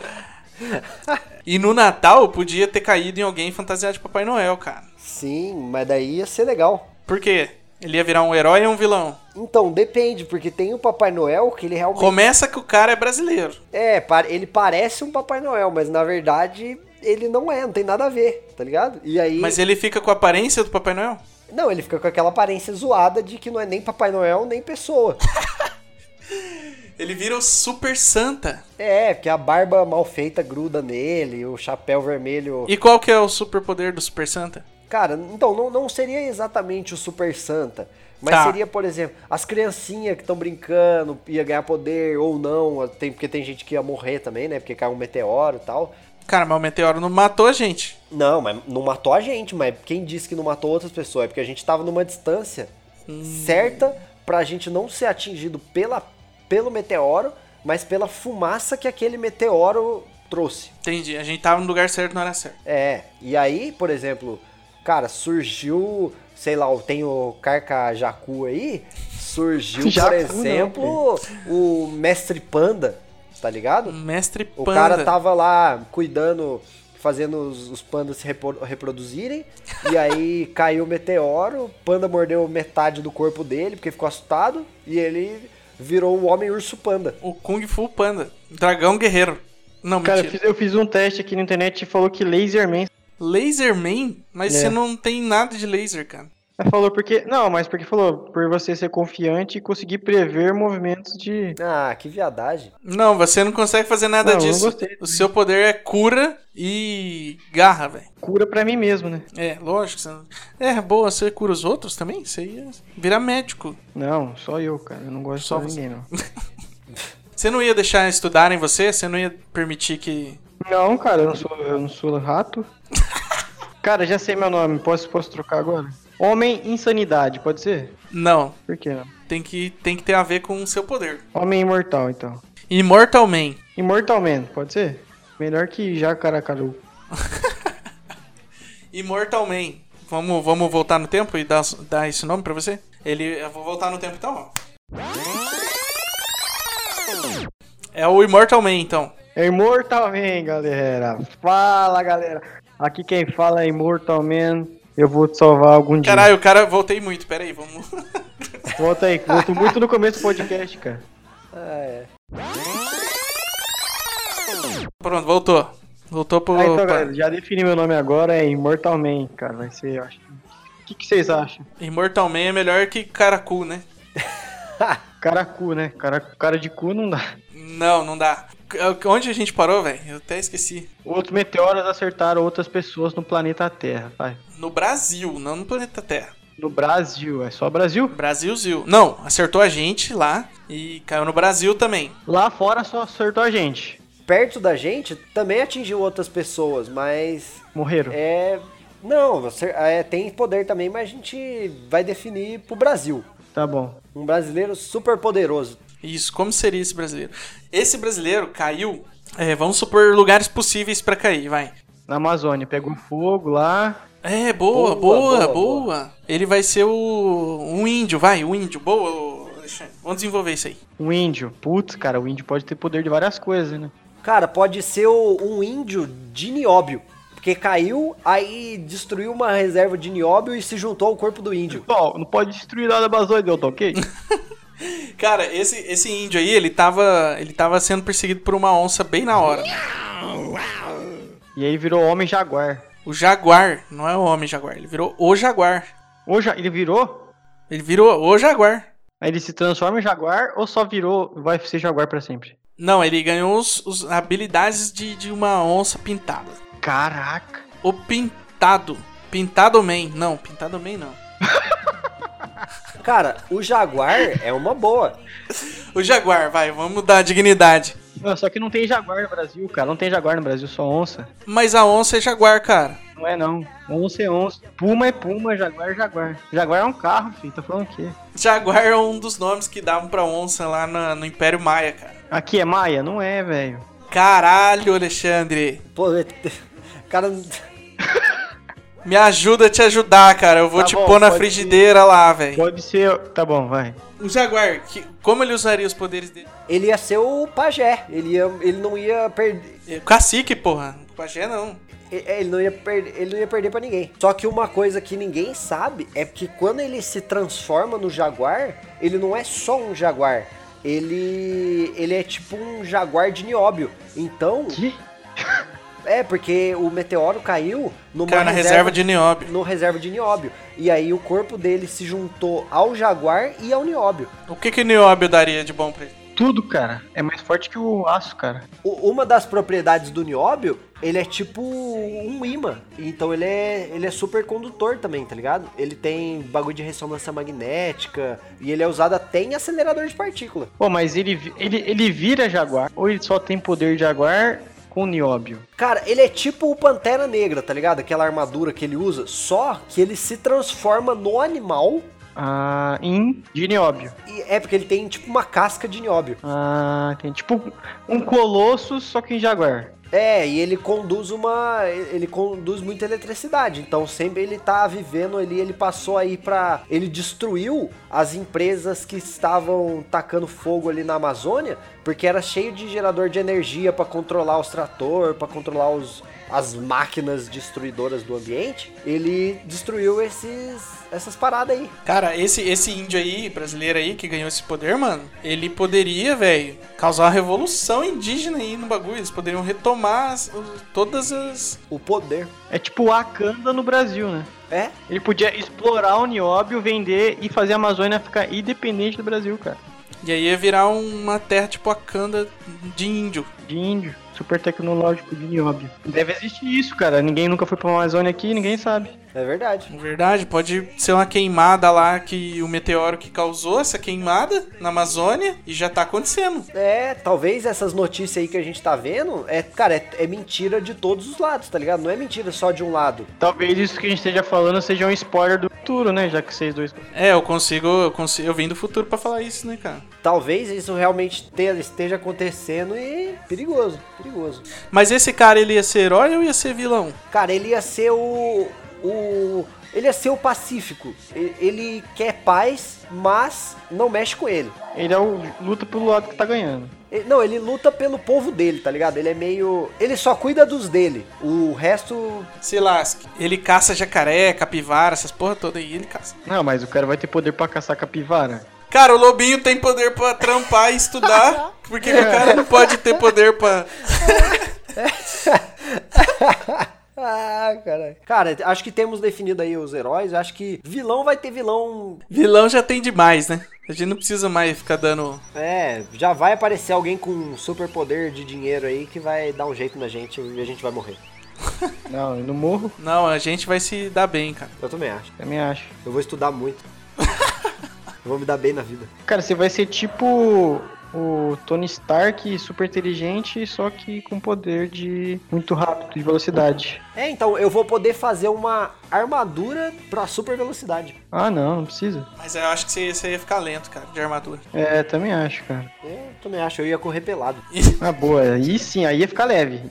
e no Natal podia ter caído em alguém fantasiado de Papai Noel, cara.
Sim, mas daí ia ser legal.
Por quê? Ele ia virar um herói ou um vilão?
Então, depende, porque tem o Papai Noel que ele realmente.
Começa que o cara é brasileiro.
É, pa- ele parece um Papai Noel, mas na verdade ele não é, não tem nada a ver, tá ligado? E aí.
Mas ele fica com a aparência do Papai Noel?
Não, ele fica com aquela aparência zoada de que não é nem Papai Noel nem pessoa.
Ele vira o Super Santa.
é, porque a barba mal feita gruda nele, o chapéu vermelho.
E qual que é o superpoder do Super Santa?
Cara, então não, não seria exatamente o Super Santa. Mas
Tá.
seria, por exemplo, as criancinhas que estão brincando, ia ganhar poder ou não, tem, porque tem gente que ia morrer também, né? Porque caiu um meteoro e tal.
Cara, mas o meteoro não matou a gente.
Não, mas não matou a gente, mas quem disse que não matou outras pessoas? É porque a gente tava numa distância certa pra gente não ser atingido pela, pelo meteoro, mas pela fumaça que aquele meteoro trouxe.
Entendi. A gente tava no lugar certo na hora certa.
É, e aí, por exemplo, cara, surgiu, sei lá, tem o Carca Jacu aí, surgiu, por
Jacu não,
exemplo, o Mestre Panda, tá ligado?
Um Mestre Panda.
O cara tava lá cuidando, fazendo os, os pandas se repo- reproduzirem. e aí caiu o meteoro, o panda mordeu metade do corpo dele, porque ficou assustado. E ele virou o homem urso panda.
O Kung Fu Panda. Dragão Guerreiro. Não,
Cara, eu
mentira.
fiz, eu fiz um teste aqui na internet e falou que Laserman.
Laserman? Mas
É.
você não tem nada de laser, cara.
Ela Falou porque. Não, mas porque falou por você ser confiante e conseguir prever movimentos de.
Ah, que viadagem.
Não, você não consegue fazer nada
Não, eu
disso.
gostei.
O seu poder é cura e garra, velho.
Cura pra mim mesmo, né?
É, lógico. Você... não- É, boa, você cura os outros também? Você ia virar médico.
Não, só eu, cara. Eu não gosto de
Só
só
você.
ninguém, não.
Você não ia deixar estudarem você? Você não ia permitir que...
Não, cara, eu não sou, eu não sou rato. cara, já sei meu nome. Posso, posso trocar agora? Homem Insanidade, pode ser?
Não,
Por que não?
tem que, tem que ter a ver com o seu poder.
Homem Imortal, então.
Immortal Man.
Immortal Man, pode ser? Melhor que Jacaracaru.
Immortal Man. Vamos, vamos voltar no tempo e dar, dar esse nome pra você? Ele, eu vou voltar no tempo então, ó. É o Immortal Man, então.
É Immortal Man, galera. Fala, galera. Aqui quem fala é Immortal Man. Eu vou te salvar algum dia.
Caralho, o cara. Voltei muito, peraí, vamos.
Volta aí, que volto muito no começo do podcast, cara.
Ah, é.
Pronto, voltou. Voltou pro.
Ah, então,
pra-
galera, já defini meu nome agora, é Immortal Man, cara. Vai ser, eu acho. O que, que vocês acham?
Immortal Man é melhor que Caracu, né?
Cara cu, né? Cara, cara de cu não dá.
Não, não dá. C- Onde a gente parou, velho? Eu até esqueci.
Outros meteoros acertaram outras pessoas no planeta Terra, vai.
No Brasil, não no planeta Terra.
No Brasil, é só Brasil?
Brasilzil. Não, acertou a gente lá e caiu no Brasil também.
Lá fora só acertou a gente.
Perto da gente também atingiu outras pessoas, mas
Morreram.
é. Não, você, é, tem poder também, mas a gente vai definir pro Brasil.
Tá bom.
Um brasileiro super poderoso.
Isso, como seria esse brasileiro? Esse brasileiro caiu, é, vamos supor, lugares possíveis pra cair, vai.
Na Amazônia, pegou fogo lá.
É,
Boa,
boa, boa, boa.
boa,
Ele vai ser o um índio, vai, o índio. Boa, ô, Alexandre. Vamos desenvolver isso aí.
Um índio. Putz, cara, o índio pode ter poder de várias coisas, né?
Cara, pode ser o- um índio de nióbio. Porque caiu, aí destruiu uma reserva de nióbio e se juntou ao corpo do índio.
Bom, não pode destruir nada amazônia, tá ok?
Cara, esse, esse índio aí, ele tava, ele tava sendo perseguido por uma onça bem na hora.
e aí virou homem jaguar.
O jaguar, não é o homem jaguar, ele virou o jaguar.
Ou já, ele virou?
Ele virou o jaguar.
Aí ele se transforma em jaguar ou só virou, vai ser jaguar pra sempre?
Não, ele ganhou os, os habilidades de, de uma onça pintada.
Caraca.
O pintado. Pintado Man. Não, pintado Man não.
Cara, o jaguar é uma boa.
O jaguar, vai, vamos dar dignidade.
Não, só que não tem jaguar no Brasil, cara. Não tem jaguar no Brasil, só onça.
Mas a onça é jaguar, cara.
Não é não. Onça é onça. Puma é puma, jaguar é jaguar. Jaguar é um carro, filho. Tá falando o quê?
Jaguar é um dos nomes que davam pra onça lá na- no Império Maia, cara.
Aqui é maia? Não é, velho.
Caralho, Alexandre.
Pô, cara,
Me ajuda a te ajudar, cara. Eu vou
Tá
te
bom,
pôr na
pode-
frigideira lá, velho.
Pode ser... Tá bom, vai.
O jaguar, que- como ele usaria os poderes dele?
ele ia ser o pajé. Ele, ia, ele não ia perder.
É, Cacique, porra. Pajé não.
É, Ele não, ia perder, ele não ia perder pra ninguém. Só que uma coisa que ninguém sabe é que quando ele se transforma no jaguar, ele não é só um jaguar. Ele ele é tipo um jaguar de nióbio. Então,
Que?
é porque o meteoro caiu numa
Cara, na reserva de Nióbio.
no reserva de nióbio. E aí o corpo dele se juntou ao jaguar e ao nióbio.
O que que Nióbio daria de bom pra ele?
Tudo, cara. É mais forte que o aço, cara.
O- Uma das propriedades do nióbio, ele é tipo um imã. Então ele é, ele é supercondutor também, tá ligado? Ele tem bagulho de ressonância magnética e ele é usado até em acelerador de partícula.
Pô, mas ele, vi- ele, ele vira jaguar ou ele só tem poder de jaguar com nióbio?
Cara, ele é tipo o Pantera Negra, tá ligado? Aquela armadura que ele usa, só que ele se transforma no animal
Ah, em de nióbio.
e é porque ele tem tipo uma casca de nióbio.
Ah, tem tipo um colosso só que em jaguar.
É, e ele conduz uma. Ele conduz muita eletricidade. Então sempre ele tá vivendo ali, ele passou aí pra. Ele destruiu as empresas que estavam tacando fogo ali na Amazônia, porque era cheio de gerador de energia pra controlar os trator, pra controlar os, as máquinas destruidoras do ambiente. Ele destruiu esses. essas paradas aí.
Cara, esse, esse índio aí, brasileiro aí, que ganhou esse poder, mano, ele poderia, velho, causar uma revolução indígena aí no bagulho. Eles poderiam retomar as- os- todas as.
O poder.
É tipo Wakanda no Brasil, né?
É?
Ele podia explorar o nióbio, vender e fazer a Amazônia ficar independente do Brasil, cara.
E aí ia virar uma terra tipo Akanda de índio.
De índio, super tecnológico de nióbio. Deve existir isso, cara. Ninguém nunca foi pra Amazônia aqui, ninguém sabe.
É verdade.
Na verdade, pode ser uma queimada lá que o meteoro que causou essa queimada na Amazônia e já tá acontecendo.
É, talvez essas notícias aí que a gente tá vendo, é, cara, é, é mentira de todos os lados, tá ligado? Não é mentira só de um lado.
Talvez isso que a gente esteja falando seja um spoiler do futuro, né? Já que vocês dois.
É, eu consigo. Eu, consigo, eu vim do futuro pra falar isso, né, cara?
Talvez isso realmente te- esteja acontecendo e perigoso, perigoso.
Mas esse cara, ele ia ser herói ou ia ser vilão?
Cara, ele ia ser o, o. Ele é seu pacífico. E- Ele quer paz, mas não mexe com ele.
Ele é o, luta pelo lado que tá ganhando.
E- Não, ele luta pelo povo dele, tá ligado? Ele é meio. Ele só cuida dos dele. O resto.
Se lasque. Ele caça jacaré, capivara, essas porra toda aí, ele caça.
Não, mas o cara vai ter poder pra caçar capivara.
Cara, o lobinho tem poder pra trampar e estudar. Por que que o cara não pode ter poder pra.
Ah, caralho. Cara, acho que temos definido aí os heróis. Acho que vilão vai ter vilão.
Vilão já tem demais, né? A gente não precisa mais ficar dando.
É, já vai aparecer alguém com um super poder de dinheiro aí que vai dar um jeito na gente e a gente vai morrer.
Não, eu não morro,
Não, a gente vai se dar bem, cara.
Eu também acho.
também acho.
Eu vou estudar muito. Eu vou me dar bem na vida.
Cara, você vai ser tipo o Tony Stark, super inteligente, só que com poder de muito rápido, de velocidade.
É, então eu vou poder fazer uma armadura pra super velocidade.
Ah, não, não precisa.
Mas eu acho que você, você ia ficar lento, cara, de armadura.
É, também acho, cara.
Eu também acho, eu ia correr pelado.
Ah, boa. Aí sim, aí ia ficar leve.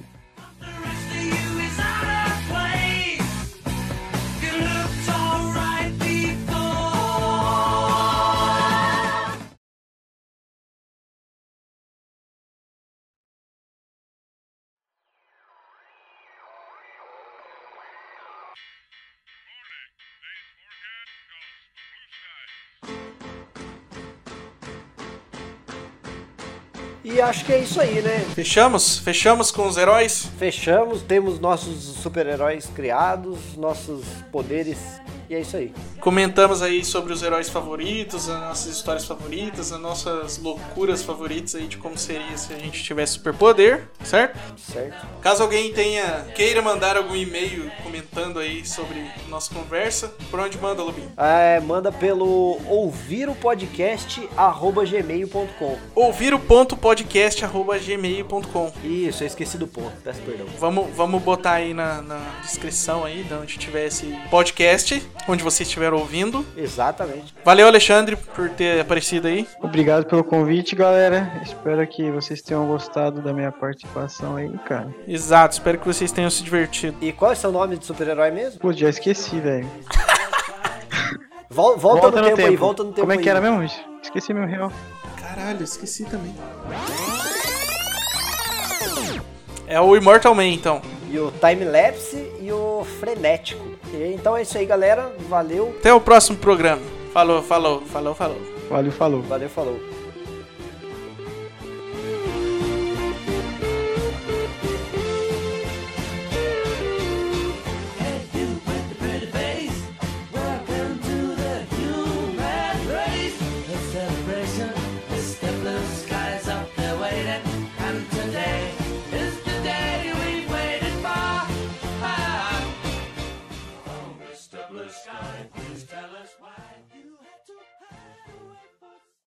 E acho que é isso aí, né?
Fechamos? Fechamos com os heróis?
Fechamos, temos nossos super-heróis criados, nossos poderes, e é isso aí.
Comentamos aí sobre os heróis favoritos, as nossas histórias favoritas, as nossas loucuras favoritas aí de como seria se a gente tivesse superpoder, certo?
Certo?
Caso alguém tenha queira mandar algum e-mail comentando aí sobre nossa conversa, por onde manda, Lubinho?
É, manda pelo ouviropodcast.gmail.com
Ouvir o ponto podcast arroba gmail.com.
Isso, eu esqueci do ponto, peço perdão.
Vamos, vamos botar aí na, na descrição aí, de onde tiver esse podcast, onde você estiver ouvindo.
Exatamente.
Valeu, Alexandre, por ter aparecido aí.
Obrigado pelo convite, galera. Espero que vocês tenham gostado da minha participação aí, cara.
Exato, espero que vocês tenham se divertido.
E qual é o seu nome de super-herói mesmo?
Pô, já esqueci, velho.
Vol- volta, no, tempo, aí, volta no tempo
Como é
aí.
que era mesmo? Esqueci meu real.
Caralho, esqueci também.
É o Immortal Man, então.
E o time-lapse e o frenético. E então é isso aí, galera. Valeu,
Até o próximo programa. Falou, falou, falou, falou.
Valeu, falou.
valeu, falou.